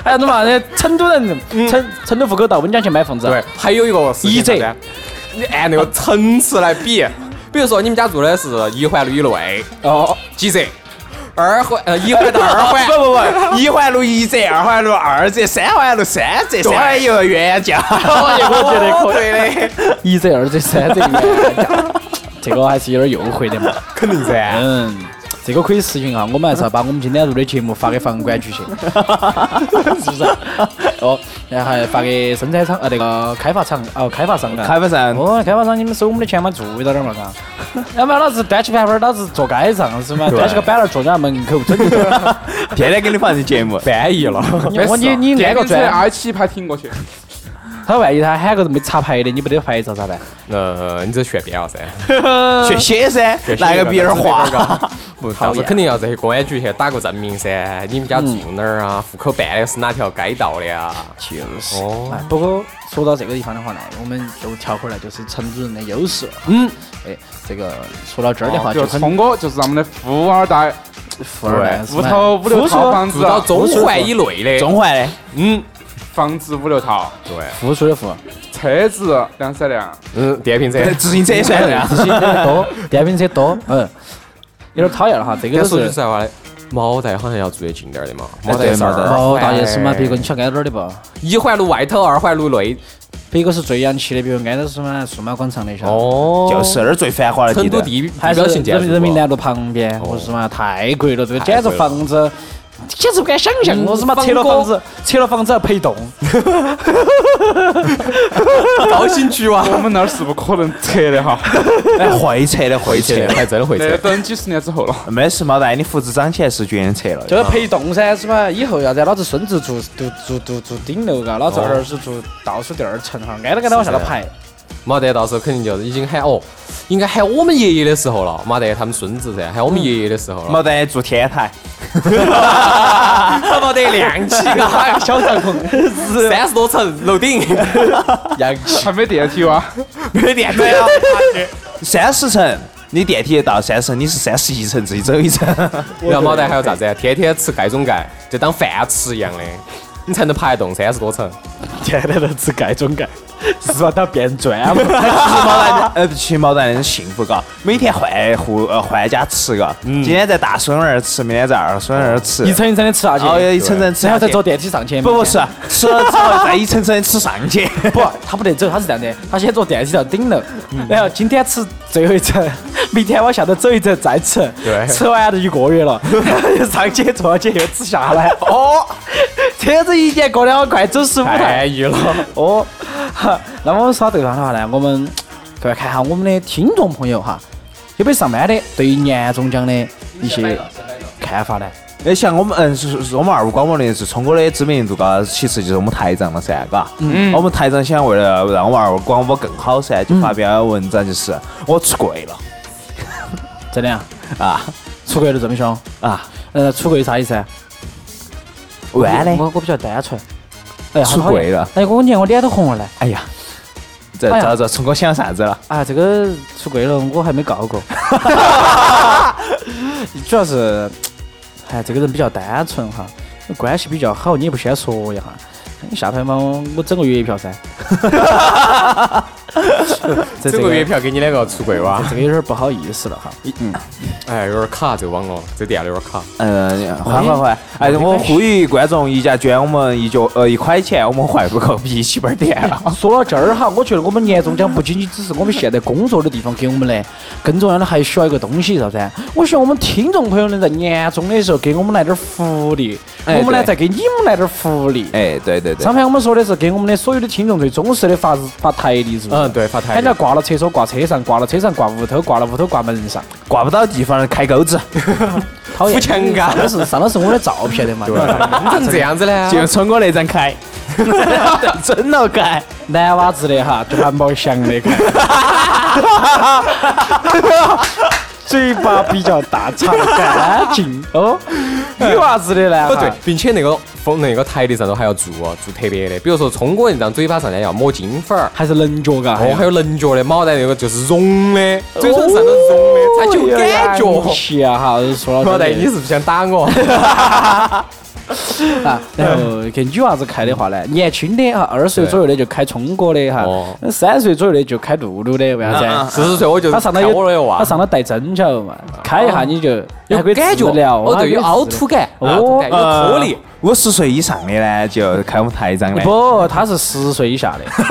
还有什么？那成都人，成成都户口到温江去买房子， 对，还有一个事情啥子，你按那个层次来比，比如说你们家住的是一环路以内，哦，几折？二环呃一环到二 环，不不不，一环路一折，二环路二折，三环路三折，三环又原价。我觉得可以。对的，一折、二折、三折，这个还是有点诱惑的嘛。肯定噻。嗯，这个可以实行哈，我们还是要把我们今天录的节目发给房管局去，是不是？哦，然后还发给生产厂呃那个开发厂哦开发商啊。开发商哦，开发商，你们收我们的钱嘛，注意到点嘛，嘎。要不然老子端起盘盘，老子坐街上是吗？端起个板凳坐在门口，真的。天天给你放这节目，翻译了，你我你你安电个瓶车砖， i 七拍挺过去，他万一他喊个没查牌的，你没得牌照咋办？呃，你这炫变了噻，学写噻，拿个笔儿画。 不，到时候肯定要这些公安局去打个证明噻，你们家住哪儿啊？户口办的是哪条街道的啊？就是。哦，哎，不过说到这个地方的话呢，我们就跳回来，就是成都人的优势。嗯，哎，这个说到这儿的话，哦就很哎聪哥就是咱们的富二代，富二代，屋头五六套房住子，到中环以内的，中环的，嗯，房子五六套，对，富庶的富，车子两三辆，嗯，电瓶车，自行车也算自噻。行车多，啊 电瓶车多，嗯，有点讨厌了哈。这个要都说句实是在话的，茅台好像要住得近点儿的嘛，茅对台是茅台二毛环大爷哦是嘛？别个你晓得挨哪儿的不？一环路外头，二环路内，别个是最洋气的，比如挨到什么数码广场那些。哦就是那儿最繁华的成地都段，地地还是标性建人筑民嘛人民南路旁边，我是嘛太贵了，这个简直房子，简直不敢想象，我是嘛拆了房子，拆了房子要赔栋，高新区啊哇，我们那儿是不可能拆的哈，哎，会车的会车的，还真会那车要。等几十年之后了。 没事嘛，但你胡子长起来是绝缘车了。就是赔栋噻，是吧？以后要在老子孙子住住住住住顶楼嘎，老子儿子住倒数第二层哈，挨着挨着往下头排，马德到时候肯定就是已经喊哦，应该喊我们爷爷的时候了，马德他们孙子噻，喊我们爷爷的时候了。没得住天台，他没得亮起嘎，小帐篷，三十多层楼顶，洋气。还没啊电梯哇？没电梯啊。三十层，你电梯到三十层，你是三十一层自己走一层。 然后马德还有啥子？天天吃盖中盖，就当饭吃一样的，你才能爬得动三十多层。 天天都吃盖中盖，是把它变砖嘛？骑毛蛋， 呃，骑毛蛋人幸福嘎，每天换户呃换家吃嘎，今天在大孙儿那儿吃，明天在二孙儿那儿吃，嗯一层一层的吃下去，哦，一层层吃然下后再去。坐电梯上去。不不是，吃了之后再一层层吃上去。 不，他不得走，他是这样的，他先坐电梯到顶楼，嗯然后哎今天吃最后一层，明天往下头走一层再吃，对吃完了就一个月 了，然后就上去坐下去又吃下来，哦，车子一年过得好快，走十五趟，太易了，哦，哈，那么我们说到这个地方的话呢，我们各位看下我们的听众朋友哈，有没有上班的对于年终奖的一些看法呢？哎，像我们嗯，是是我们二五广播的是聪哥的知名度高，其次就是我们台长了噻，嘎。嗯。我们台长想为了让我们二五广播更好嗯噻，就发表文章，就是我出柜了真的啊，啊出轨的这么凶，啊，呃，出轨啥意思啊？完我了，我比较单纯，哎，好出讨厌柜了。哎，我感觉我脸都红了呢。哎呀，这哎呀这这，聪哥想啥子了？啊，这个出柜了，我还没告过。 主要是，哎，这个人比较单纯哈，关系比较好，你 也不先说一下，你下台嘛，我整个月一票噻。这整个月票给你两个出柜 哇！这个有点不好意思了哈。哎，有点卡这个网络，这电脑有点 卡。嗯，换换换！哎，我呼吁观众一家捐我们一角呃一块钱，我们换不够笔记本电脑。 说到这儿哈，我觉得我们年终奖不仅仅只是我们现在工作的地方给我们 的，更重要的还需要一个东西，啥子？我希望我们听众朋友们在年终的时候给我们来点儿福利，哎我们呢对再给你们来点儿福利。哎，对对对上，盘我们说的是给我们的所有的听众最忠实的发发台历，是不是？嗯，对，发台人历家。挂了厕所挂车上，挂了车上挂屋头，挂了屋头挂门上，挂不到地方开钩子，讨厌。扶墙啊上的是上的是我的照片的嘛？对，怎啊么这样子呢？就用春哥那张开，真了开。男娃子的哈，就环保箱的看，嘴巴比较大，长干净哦。女娃子的呢？哦 对，，并且那个封那个台历上头还要做做特别的，比如说聪哥那张嘴巴上呢要抹金粉儿，还是棱角嘎。哦，还有棱角的，毛蛋那个就是绒的，哦哎嘴唇上头是绒的，它就有感觉。是啊哈，说毛到蛋，这你里是不是想打我？啊，然后给女娃子开的话呢，年轻的哈，二十岁对左右的就开聪哥的哈哦，三十岁左右的就开露露的，为啥 子？四十岁我就它上头看我了有，哇它，上头带针桥嘛，开一下你就有还可以感治觉疗，哦还可对，以有凹治凸感，哦凹凸感有颗粒。五十岁以上的呢，就开我们台长的。不，他是十岁以下的。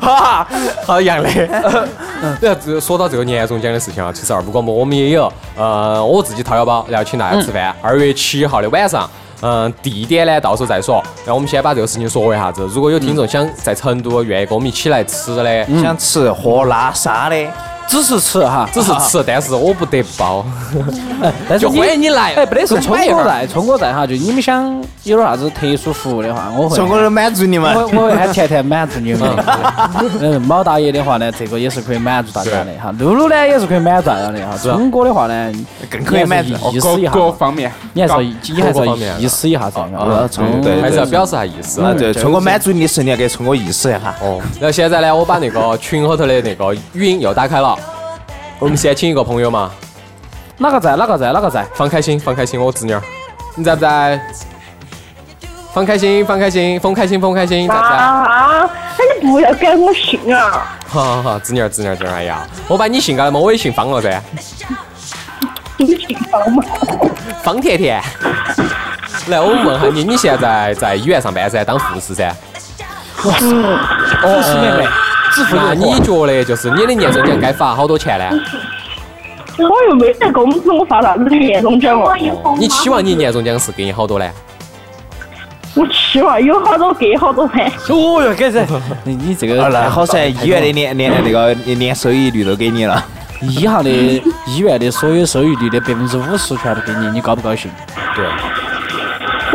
哈，好样的。 然后这说到这个年终奖的事情啊，其实二五广播我们也有，呃，我自己掏腰包，然后请大家吃饭，二月七号的晚上。嗯，地点呢，到时候再说。然后我们先把这个事情说一下子。如果有听众想在成都愿意跟我们一起来吃的，想吃喝拉撒的，只是吃哈，只是吃，但是我不得包。但是就 欢迎你来哎，不得是买聪一份儿哥啊在，聪哥在哈，就你们想有点啥子特殊服务的话，我会。春哥能满足你们。我我会喊甜甜满足你 们的。嗯，毛大爷的话呢，这个也是可以满足大家的啊哈。露露呢也是可以满足大家的哈。啊聪哥的话呢，更可以满足哦你还是意各思一下各，方面，你还是要你还各是方面要啊意思一下重要啊，的。春对，还是要对表示下意思。啊，对，春哥满足你的时候，你要给春哥意思一下。哦，然后现在呢，我把那个群后头的那个语音又打开了。我们先请一个朋友嘛，哪个在？哪个在？哪个在？放开心，放开心，我侄女儿，你在不在？放开心，放开心，放开心，放开心，在不在？啊！哎，你不要改我姓啊！好好好，侄女儿，侄女儿，侄女儿哎呀，我把你姓改了嘛，我也姓方了噻，你姓方吗？方甜甜。来，我问下你，你现在在医院上班噻，当护士噻？嗯哦护士妹妹，制服诱那惑你觉得就是你的年终奖该发好多钱呢？我又没在公司，我发啥子年终奖啊？你期望你年终奖是给你好多呢？我期望有好多给好多噻。 哦哟， 该是你你这个啊，那好噻，医院的年年那个年收益率都给你了。一行的 医院的所有收益率的百分之五十全都给你，你高不高兴？对，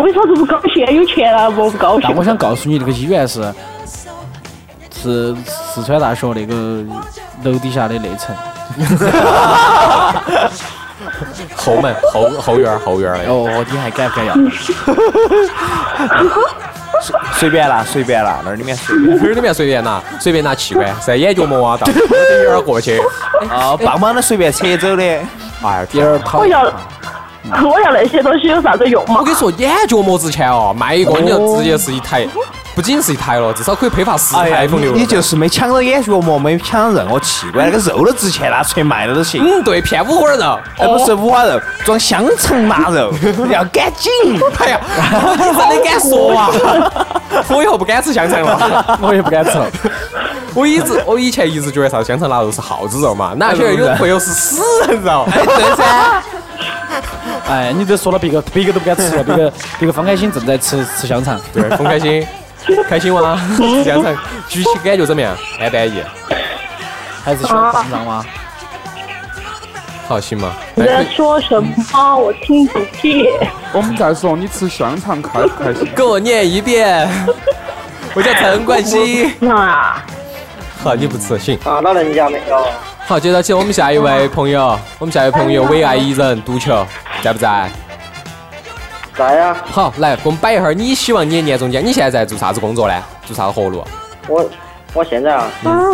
为啥子不高兴？有钱了我不高兴但。我想告诉你，这个医院是是四川大学那个楼底下的那层。后门后后院儿后院儿的。哦，你还敢不敢要？随便啦，随便啦，那儿里面随便。哪儿里面随便拿，随便拿器官，噻，眼角膜啊，到耳朵眼儿过去，啊，棒棒的随便扯走的。哎呀，有点讨我厌要。，嗯我要那些东西有啥子用我嘛？跟你说，眼角膜值钱哦，卖一个你就直接是一台，不仅是一台了，至少可以批发十台 iPhone 哎你六。你就是没抢到眼角膜，没抢到任何器官，那个肉都值钱，拿出去卖了都行。嗯，对，骗五花肉。哎，不哦是五花肉，装香肠腊肉，要赶紧。哎呀，你真的敢说啊？我以后不敢吃香肠了。我也不敢吃了。我一直，我以前一直觉得啥香肠腊肉是耗子肉嘛，哪晓得有朋友是死人肉。哎，对噻。 哎，你这说了别个，别个都不敢吃了。别个，别个方开心正在吃吃香肠。对，冯开心，开心 哇！吃香肠，举起感觉怎么样？安不安逸？还是学方丈吗？ 好，行吗？你在说什么？我听不见。我们在说你吃香肠开不开心？跟我念一遍。 我叫陈冠希。啊，好，你不吃行。啊，那人家没有。好，接着请我们下一位朋友，我们下一位朋友为爱一人独球，在不在？在呀、好，来给我们摆一下儿，你希望你的年终奖，你现在在做啥子工作呢？做啥子活路？我我现在啊，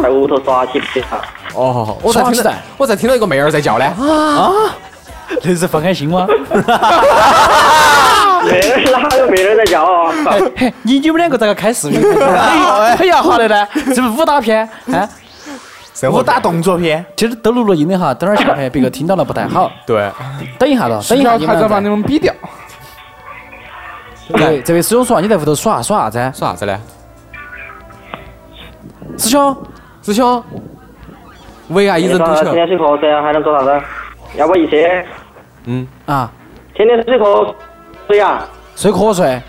在屋头耍起不啊，哦，我在耍听起到来，我在听到一个妹儿在叫呢。那是方开心吗？没人哪有没人在叫啊？哎你你们两个咋个开视频？ 哎呀，好的呢，这不武打片啊？武打动作片，其实都录了音的哈，等会儿下来别个听到了不太好。对，等一下了，等一下你还在把们你们 比掉。再。对，这位师兄说你在屋头耍啊耍啥子？耍啥子呢？师兄，啊师兄，为啥一人说堵天起来？天睡瞌噻，还能做啥子？要不以前嗯，啊，天天睡瞌睡呀，睡瞌睡，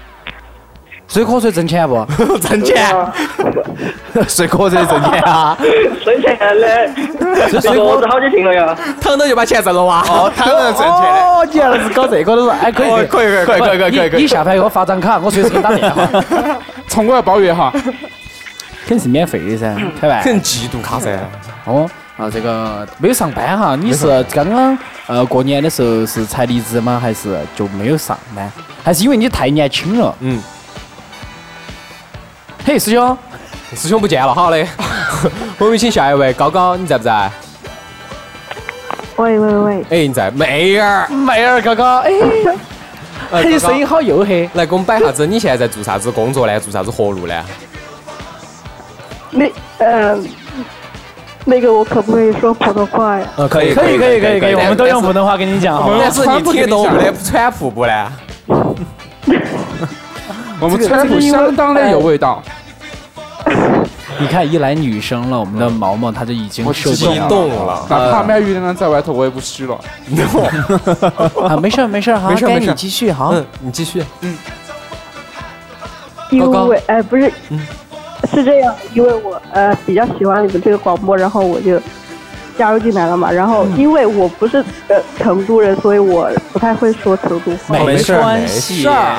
睡瞌睡挣钱啊不？挣钱，睡瞌睡挣钱啊！挣钱嘞，睡瞌子好几天了呀。躺着就把钱挣了哇！哦，哎躺着挣钱的，哦，你要是搞这个的话，哎，可以，哦可以可以可以可以可以可以你你下盘给我发张卡，我随时给你打电话，冲我要包月 哈，肯定是免费的噻，开玩很嫉妒卡噻。 哦，啊，这个没有上班哈，你是刚刚呃过年的时候是才离职吗？还是就没有上班？还是因为你太年轻了？嗯，嘿，师兄，师兄不见了，好的。 我们请下一位，高高，你在不在？喂喂喂，哎，你在，妹儿，妹儿哥哥，哎，呃你高声音高好黝黑，来给我们摆下子，你现在在做啥子工作呢？做啥子活路呢？那嗯，那个我可不可以说普通话呀？呃，可以，可以可以可以可以，我们都用普通。通话跟你讲好吗？但是你听得懂我们的川普不呢？我们川普相当的有味道。你看，一来女生了，我们的毛毛他就已经我受不激了嗯动了，哪怕满月亮在外头，我也不虚了。啊，没事儿没事儿，好，没事儿该没事你儿继续好。嗯，你继续。因高高为哎，不是，嗯是这样，因为我呃比较喜欢你们这个广播，然后我就加入进来了嘛。然嗯后因为我不是呃成都人，所以我不太会说成都话。没事儿关没系事儿，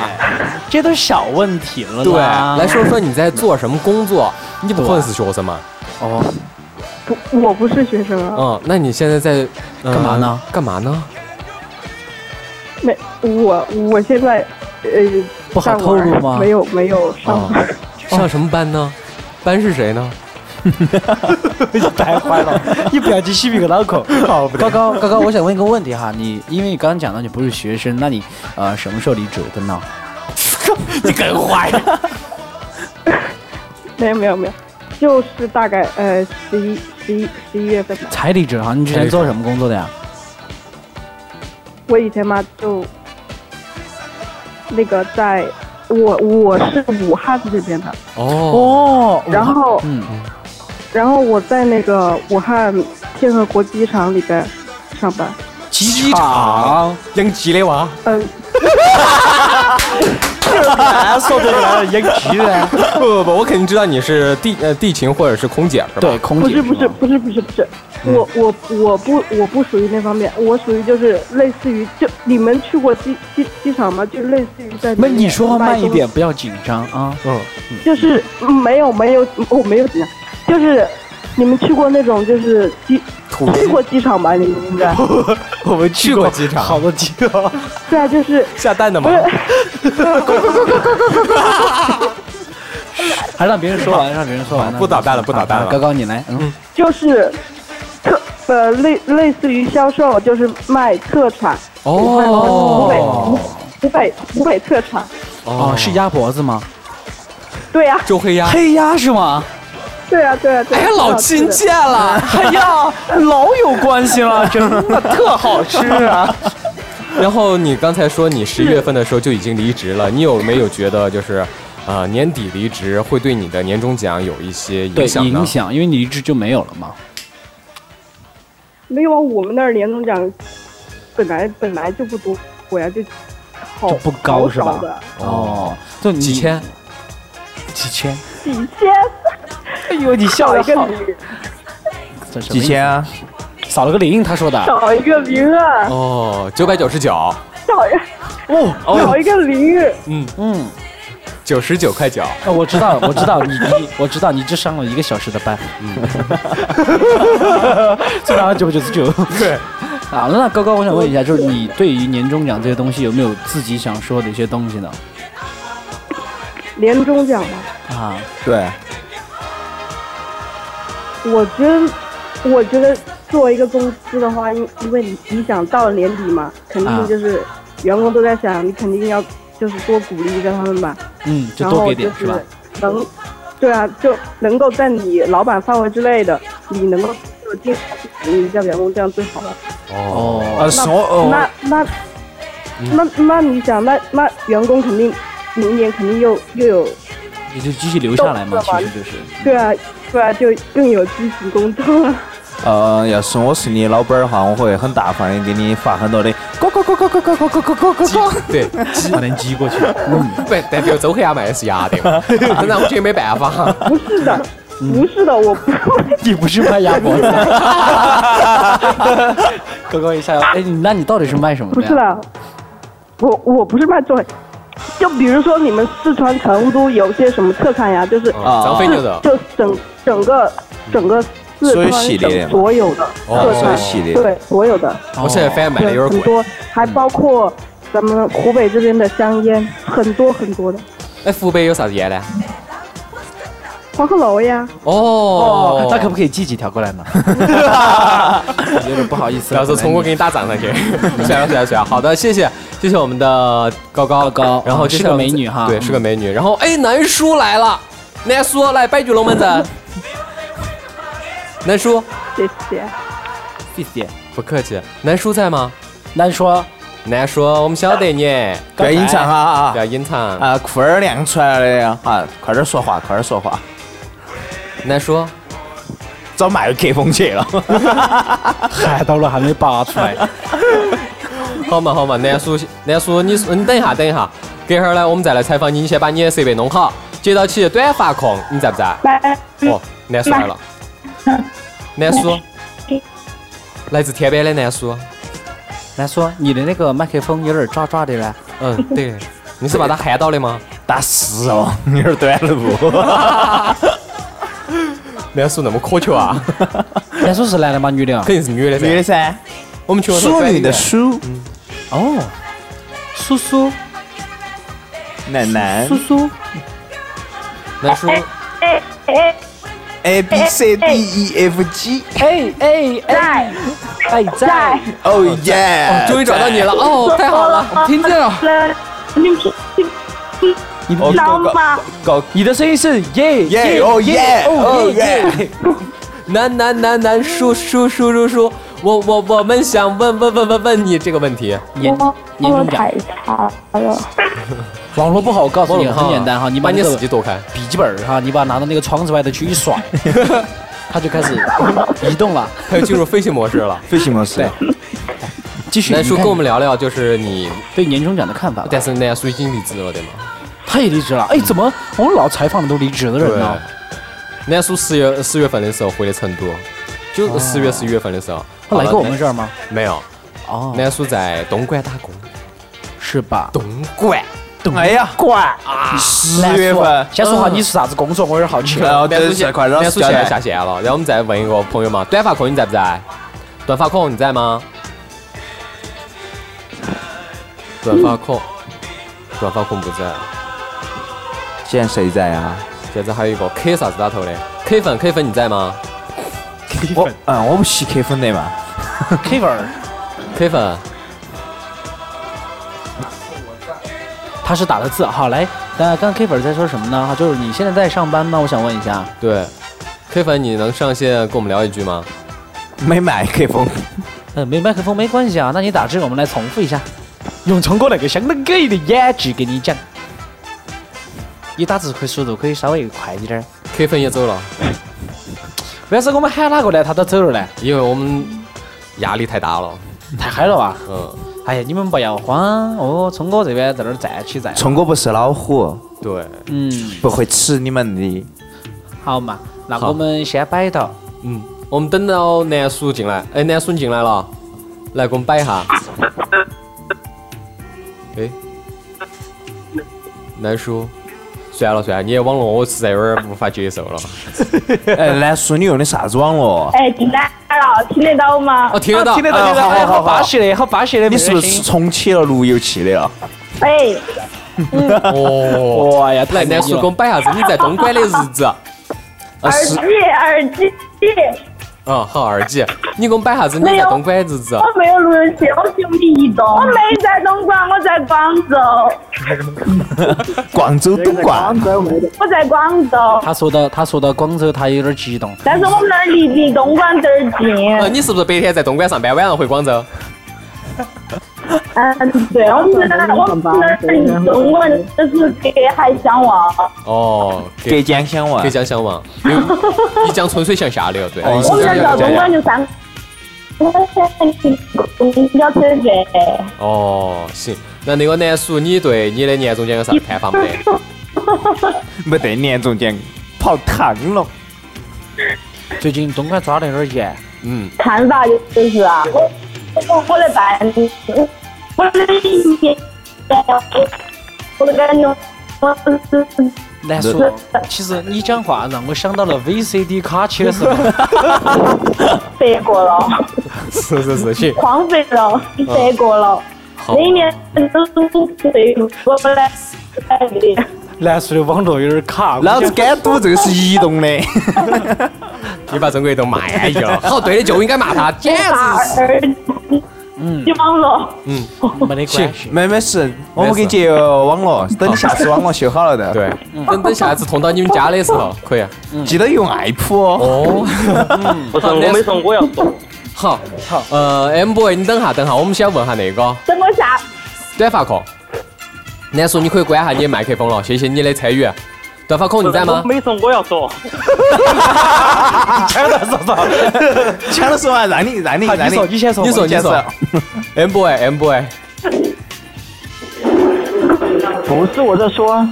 这都小问题了对，啊啦来说说你在做什么工作？你不可能是学生嘛？哦，不，我不是学生啊，嗯，那你现在在呃干嘛呢？干嘛呢？哦没我我现在呃不好在透玩露吗啊没有没有上班。上什么班呢？班是谁呢？太坏了， 你不要去洗别个脑壳。好，高高高高，我想问一个问题哈，你因为你刚刚讲到你不是学生，那你呃什么时候离职 的呢？你更坏。 没有没有没有，就是大概呃十一十一十一月份吧。 才离职哈，你之前做什么工作的呀？我以前嘛就那个在，我我是武汉这边的，哦， 哦，然后嗯，然后我在那个武汉天河国际机场里边上班。机场养鸡的哇，嗯，还说不出呃来了，也皮的。不不不，我肯定知道你是地呃地勤或者是空姐是吧？对，空不姐是不是吗不是不是不是，嗯我我我不我不属于那方面，我属于就是类似于就你们去过机机机场吗？就类似于在里那面你说话慢一卖东西点，不要紧张 啊。就是嗯没有没有，我没有紧张，就是你们去过那种就是机去过机场吧？你们 应该我们去过机场好多机场。对啊，就是下蛋的吗？还让别人 说完，让别人说完。不捣蛋了不捣蛋了高高，你来，嗯，就是特呃类类似于销售，就是卖特产，哦湖北湖北特产，哦，是鸭脖子吗？对呀、啊、周黑鸭。黑鸭是吗？对呀、啊、对呀、啊、对、啊。哎呀，老亲亲，切了，哎呀，老有关系 了，真的特好吃 啊！然后你刚才说你十一月份的时候就已经离职了，你有没有觉得就是，呃，年底离职会对你的年终奖有一些对影响呢？影响，因为你离职就没有了嘛。没有啊，我们那儿年终奖本来本来就不多，我呀就好就不高好是吧少的哦，就你几千，几千，几千，哎呦，你笑少了一个好，零，这什么意思几千，啊？少了个零，他说的。少一个零啊，哦，九百九十九，少一哦少一个零。嗯，九十九块九， 哦我知道，我知道，你你我知道，你只上了一个小时的班， 最高九百九十 九。对，啊，那高高，我想问一下，就是你对于年终奖这些东西有没有自己想说的一些东西呢？年终奖吧，啊，对，我觉得，我觉得作为一个公司的啊话，因因为你你想到了年底嘛，肯定就是员工都在想，你肯定要就是多鼓励一下他们吧。嗯，就然多后给点就是吧？能，对啊，就能够在你老板范围之内的，你能够就尽你一下员工，这样最好了。哦嗯呃，那是我哦那，那那那你想，那那员工肯定明年肯定又又有，也就继续留下来嘛，其实就是。对啊对啊，就更有积极工作了。呃，要是我是你老板儿的话，我会很大方的给你发很多的， go go go go go go go go go go go。对，把能寄过去。不，代表周黑鸭卖的是鸭的嘛，那我觉得没办法。不是的，嗯不是的，我不会。你不是卖鸭脖子？啊哥哥一下，哎，你那你到底是卖什么不的呀？是啦，我我不是卖作，就比如说你们四川成都有些什么特产呀，就是啊张飞牛肉就整整个整个四所川以系列的嘛省所有的哦特所以产系，列对所有的，我现在发现买的有对很点贵。多，还包括咱们湖北这边的香烟，很多很多的，哎，湖北有啥子烟呢？黄鹤楼呀，哦哦，那可不可以寄几条过 来呢？有点不好意思了，到时候从我给你打涨上 去。算了算了算了，好的，谢谢谢谢我们的高高高然后接下来我们啊是个美女哈对，嗯是个美女。然后哎，南叔来了，南叔来摆局龙门阵。南叔，谢谢。谢谢。不客气，南叔在吗？南叔，南叔，我们晓得你，不要隐藏啊啊不要隐藏啊，裤儿亮出来了呀！啊，快点说话，快点说话。南叔，找麦克风去了。 嗨，到了还没拔出来。好嘛好嘛，南叔南叔，你你等一下等一下，隔会儿呢我们再来采访你，你先把你的设备弄好。接到起短发控，你在不在？来，哦，南叔来了，南叔，来自天边的南叔。南叔，你的那个麦克风有点抓抓的嘞。嗯，对，你是把他喊到的吗？打死哦，你有点短了 不？南叔那么渴求啊？南叔是男的吗？女的啊？肯定是女的噻。女的噻，我们去淑女的淑，哦，叔叔，奶哎奶叔叔，南叔，哎哎 A B C D E F G，哎哎哎，哎在，哦耶！终于找到你了哦，太好了，我听见了。 呃你哦，高高高，你的声音是耶耶哦耶哦耶！男男男男叔叔叔叔叔，我我我们想问问问问问你这个问题，严严重讲，差了， 网络不好，我告诉你，网络不很好简单哈，你把啊把你那个手机躲开笔记本儿哈，你把它拿到那个窗子外头去 一甩，它就开始移动了。它又进入飞行模式了。飞行模式，继续，南叔你看跟我们聊聊，就是你对年终奖的看法吧。但是南叔已经离职了，对吗？他也离职了，哎，怎么我们老采访的都离职的人呢？南叔十月十月份的时候回的成都，就十月十一月份的时候，他哦来过我们儿这儿吗？没有？哦，南叔在东莞打工，是吧？东莞。哎呀，怪啊！十月份嗯先说好你是啥子工作，我有点好奇。然后南等哦叔下现快让南老师叔交现在代下。线了，然后我们再问一个朋友嘛，短发控你在不在？短发控你在吗？短发控，短发控不在。现在谁在啊呀？现在还有一个 K 啥子打头的？K 粉 K 粉你在吗我嗯，我不吸 K 粉的嘛。 K 粉儿， ？K 粉，他是打的字。好，来，那刚刚 K 粉儿在说什么呢？就是你现在在上班吗？我想问一下。对，K 粉你能上线跟我们聊一句吗？没买 K 风，呃，没麦克风没关系啊，那你打这个我们来重复一下，用通过那个相当给力的演技给你讲。你打字可以速度可以稍微快一点儿。 K 粉也走了，为啥我们喊哪个呢？他都走了呢？因为我们压力太大了。太嗨了吧！嗯，哎呀，你们不要慌哦，聪哥这边在那儿站起站。聪哥不是老虎，对，嗯，不会吃你们的。好嘛，那好我们先摆到。嗯，我们等到南叔进来，哎，南叔你进来了，来给我们摆一下。哎，南叔，算了算了，你的网络我实在有点儿无法接受了。哎，南叔，你用的啥子网络？哎，进来了，听得到吗哦，？听得到，听得到，哎听得到，好哎，好好好巴适的，好巴适的，你是不没人是声音？重启了路由器的了？哎，哦，哇呀，来，太牛南逼叔了给我们摆一下子你在东莞的日子。啊耳是机，耳机，嗯，好二姐，你给我们摆啥子？你在东莞日子？哦我没有录人节，我是用你移动。啊我没在东莞，我在广州。广州东莞，我在广州，他说到他说到广州，他有点激动。但是我们那儿离离东莞这儿近。呃，你是不是白天在东莞上班，晚上回广州？嗯，对，我们那儿我们那儿离东莞就是隔海相望。哦，隔江相望隔江相望，有一江春水向下流，对。我们那儿到东莞就三我公交车站。哦，行，那那个南叔，你对你的年终奖有啥看法没得？没得年终奖泡汤了。最近东莞抓得有点严，嗯，看法就是啊，我我我的半，我的一年，我的感觉，我是难说。其实你讲话让我想到了 VCD 卡切是 飞过了，是是 是，行，荒废了，飞过了，好那一年都是我飞过来的。南叔的网络有点卡。老子敢赌这个是移动的。你把中国移动骂哎呀， 好对的就应该骂他，简直是。嗯，你网络，嗯，没得行， 没没事，我们给你借网络，等你下次网络修好了的。对，等等下次通到你们家的时候，可 以。啊记得用爱普 哦。嗯哦，不是，我没送，我要送。好，好，呃，M boy，你等下，等下，我们先问下那个等我下，短发控。南叔，你可以关下你的麦克风了，谢谢你的参与。短发控，你在吗我？没送，我要送。 抢了说 说，抢了说完，让你让你好你啊让说你先说你说我先说 M boy，M boy，不是我在说啊，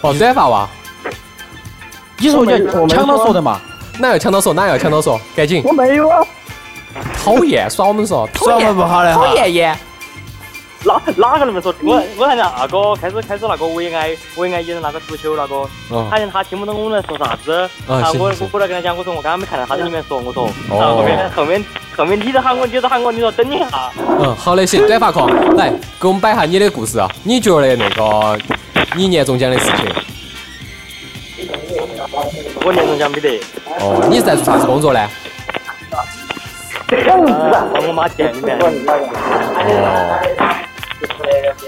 哦，短发娃，你说你抢到说的嘛？哪有抢到说，哪有抢到 说，赶紧！我没有啊，讨厌，耍我们说，讨耍我厌们不好嘞哈讨厌耶！哪哪个你们说？我我看见那个开始开始那个为爱为爱演的那个足球那个哦，他见他听不懂我们在说啥子，啊然后行我行我来跟他讲，我说我刚刚没看到他在里面说，我说，哦然后后面后面后面你在喊我，你在喊我，你说啊等一下，嗯，好嘞，行，短发控，来给我们摆下你的故事啊！你觉得那个你年终奖的事情，我年终奖没得，哦，你是在做啥子工作呢？呃在我妈店里面，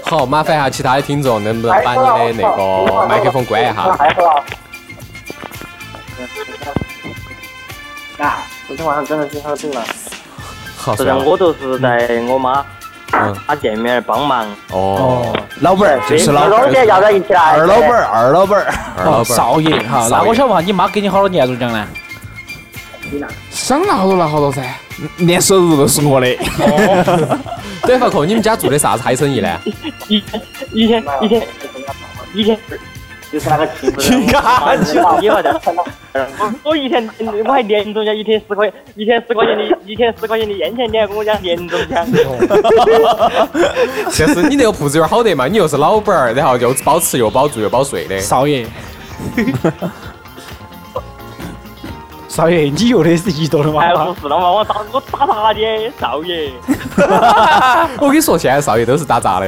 好，麻烦一下其他的听众，能不能把你的那哦个麦克风关一下？啊，昨天晚上真的是喝醉了，好，虽然我都是在我妈嗯她店里面帮忙，哦，老板儿就是老板儿，要在一起来，二老板儿，二老板儿，哦少爷哈，那我想问下，你妈给你好多年终奖呢？想拿好多拿好多噻。年收入都是我的。短发控，你们家做的啥子嗨生意呢？一天一天一天一天，就是那个欺负人。你干去我一会儿再说我我一天我还年终奖，一天十块，一天十块钱的，一天十块钱的烟钱，你还跟我讲年终奖？就是你那个铺子有点好得嘛，你又是老板儿，然后又包吃又包住又包睡的。少 爷，少爷，你用的是移动的哎，吗不？是了嘛，我打我打他的少爷。我跟你说，现在少爷都是打杂的。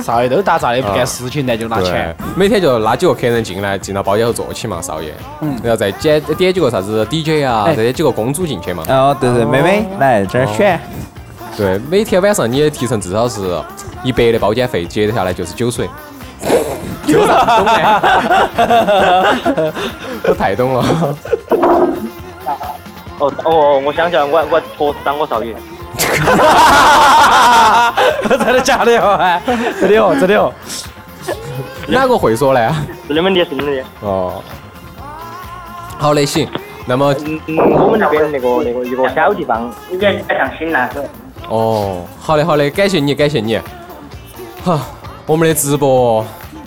少爷都打杂的，啊不干事情那就拿钱。对，每天就拉几个客人进来，进到包间后坐起嘛，少爷。嗯然后再点点几个啥子 DJ 啊，哎再点几个公主进去嘛。哦，对对，妹妹来这儿选。对，每天晚上你的提成至少是一百的包间费，接下来就是酒水。酒啥子懂呢？ 我太懂了。哦哦，我想起来，我还我还托死当我少爷。哦 真的假的哟？哎，真的哟，真的哟。哪个会说呢？是你们的，是你们的。哦，好嘞，行。那么，嗯，我们那边那个那个一个小地方，有点太像新南哦，好嘞，好嘞，感谢你，感谢你。好，我们的直播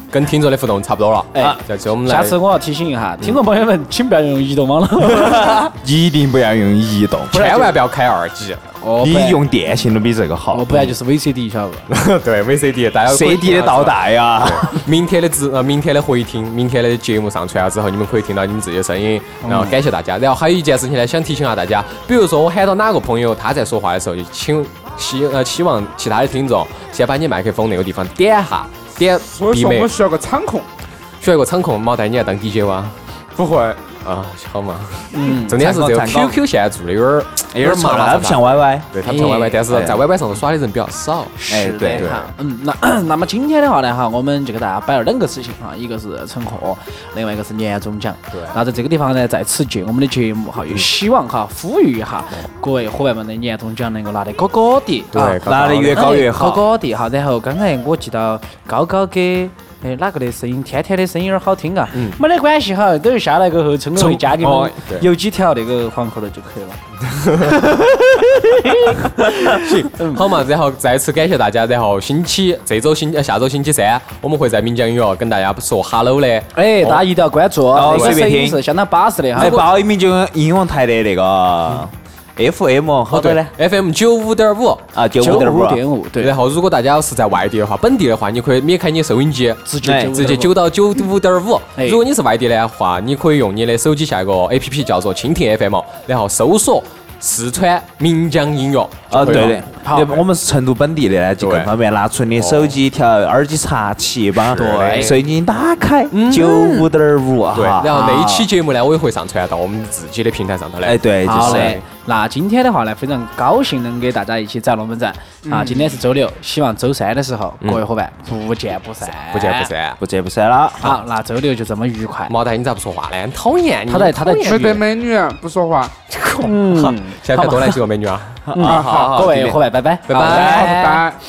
跟听众的互动差不多了。哎啊下次我们来，下次我要提醒一下听众朋友们，请不要用移动网络，一定不要用移动，千万不要开二 G。 哦不然你用电信都比这个好哦，。不然就是 VCD 晓得不？ 对 VCD，大家可以 CD 的倒带啊呀，明天的直呃，明天的回听，明天的节目上传了之后，你们可以听到你们自己的声音，然后感谢大家。然后还有一件事情呢，想提醒下大家，比如说我喊到哪个朋友他在说话的时候，就请希呃希望其他的听众先把你麦克风那个地方点一下，点所以闭说我麦们，需要个场控，需要一个场控。毛蛋，你要当 DJ 哇？不会，啊，好嘛， 嗯重点是这个站岗站岗 QQ 现在做的有点儿 哎有点儿麻错了麻它不像 YY 对，它不像哎 YY，但是哎在 YY 上头耍的人比较少。是的哈，嗯，那那么今天的话呢，哈，我们就给大家摆了两个事情哈，一个是成货，另外一个是年终奖。对。那在这个地方呢，再次借我们的节 目哈，也希望哈，呼吁一下各位伙伴们的年终奖能够拿得高高的，对啊拿得越高越好哎高高的哈。然后刚才我记到高高给。哎，哪个的声音？天天的声音有点好听啊。嗯。没得关系哈，等一下来过后，春哥会加给我哦们对哦有几条那个黄喉头就可以了。行，嗯好嘛，然后再次感谢大家，然后星期这周星呃下周星期三，我们会在岷江音乐跟大家说 hello 嘞。哎，哦大家一定要关注，哦那个随便声音听是相当巴适的哈。哎，报一名就英文台的那嗯个 FM 好多呢，FM 九五点五啊，九五点五。哦五对。然后如果大家是在外地的话，本地的话，你可以免开你的收音机，直接95.5哎直接九到九五点五。如果你是外地的话，你可以用你的手机下一个 A P P 叫做蜻蜓 F M，然后搜索四川岷江音乐。啊，对的，好对，我们是成都本地的呢，就更方便。拿出你的手机调耳机插起，把对收音机打开，九五点五对，哈。然后那一期节目呢，我也会上传到我们自己的平台上头来。哎对就是好嘞，那今天的话呢，非常高兴能给大家一起展龙门阵啊！嗯今天是周六，希望周三的时候嗯各位伙伴不见不散，不见不。散，嗯不见不散了。好，那周六就这么愉快。毛蛋，你咋不说话呢？讨厌你，他在他在没得美女不说话。嗯，下次多来几个美女啊！嗯好，各位伙伴，拜拜，拜拜好拜拜。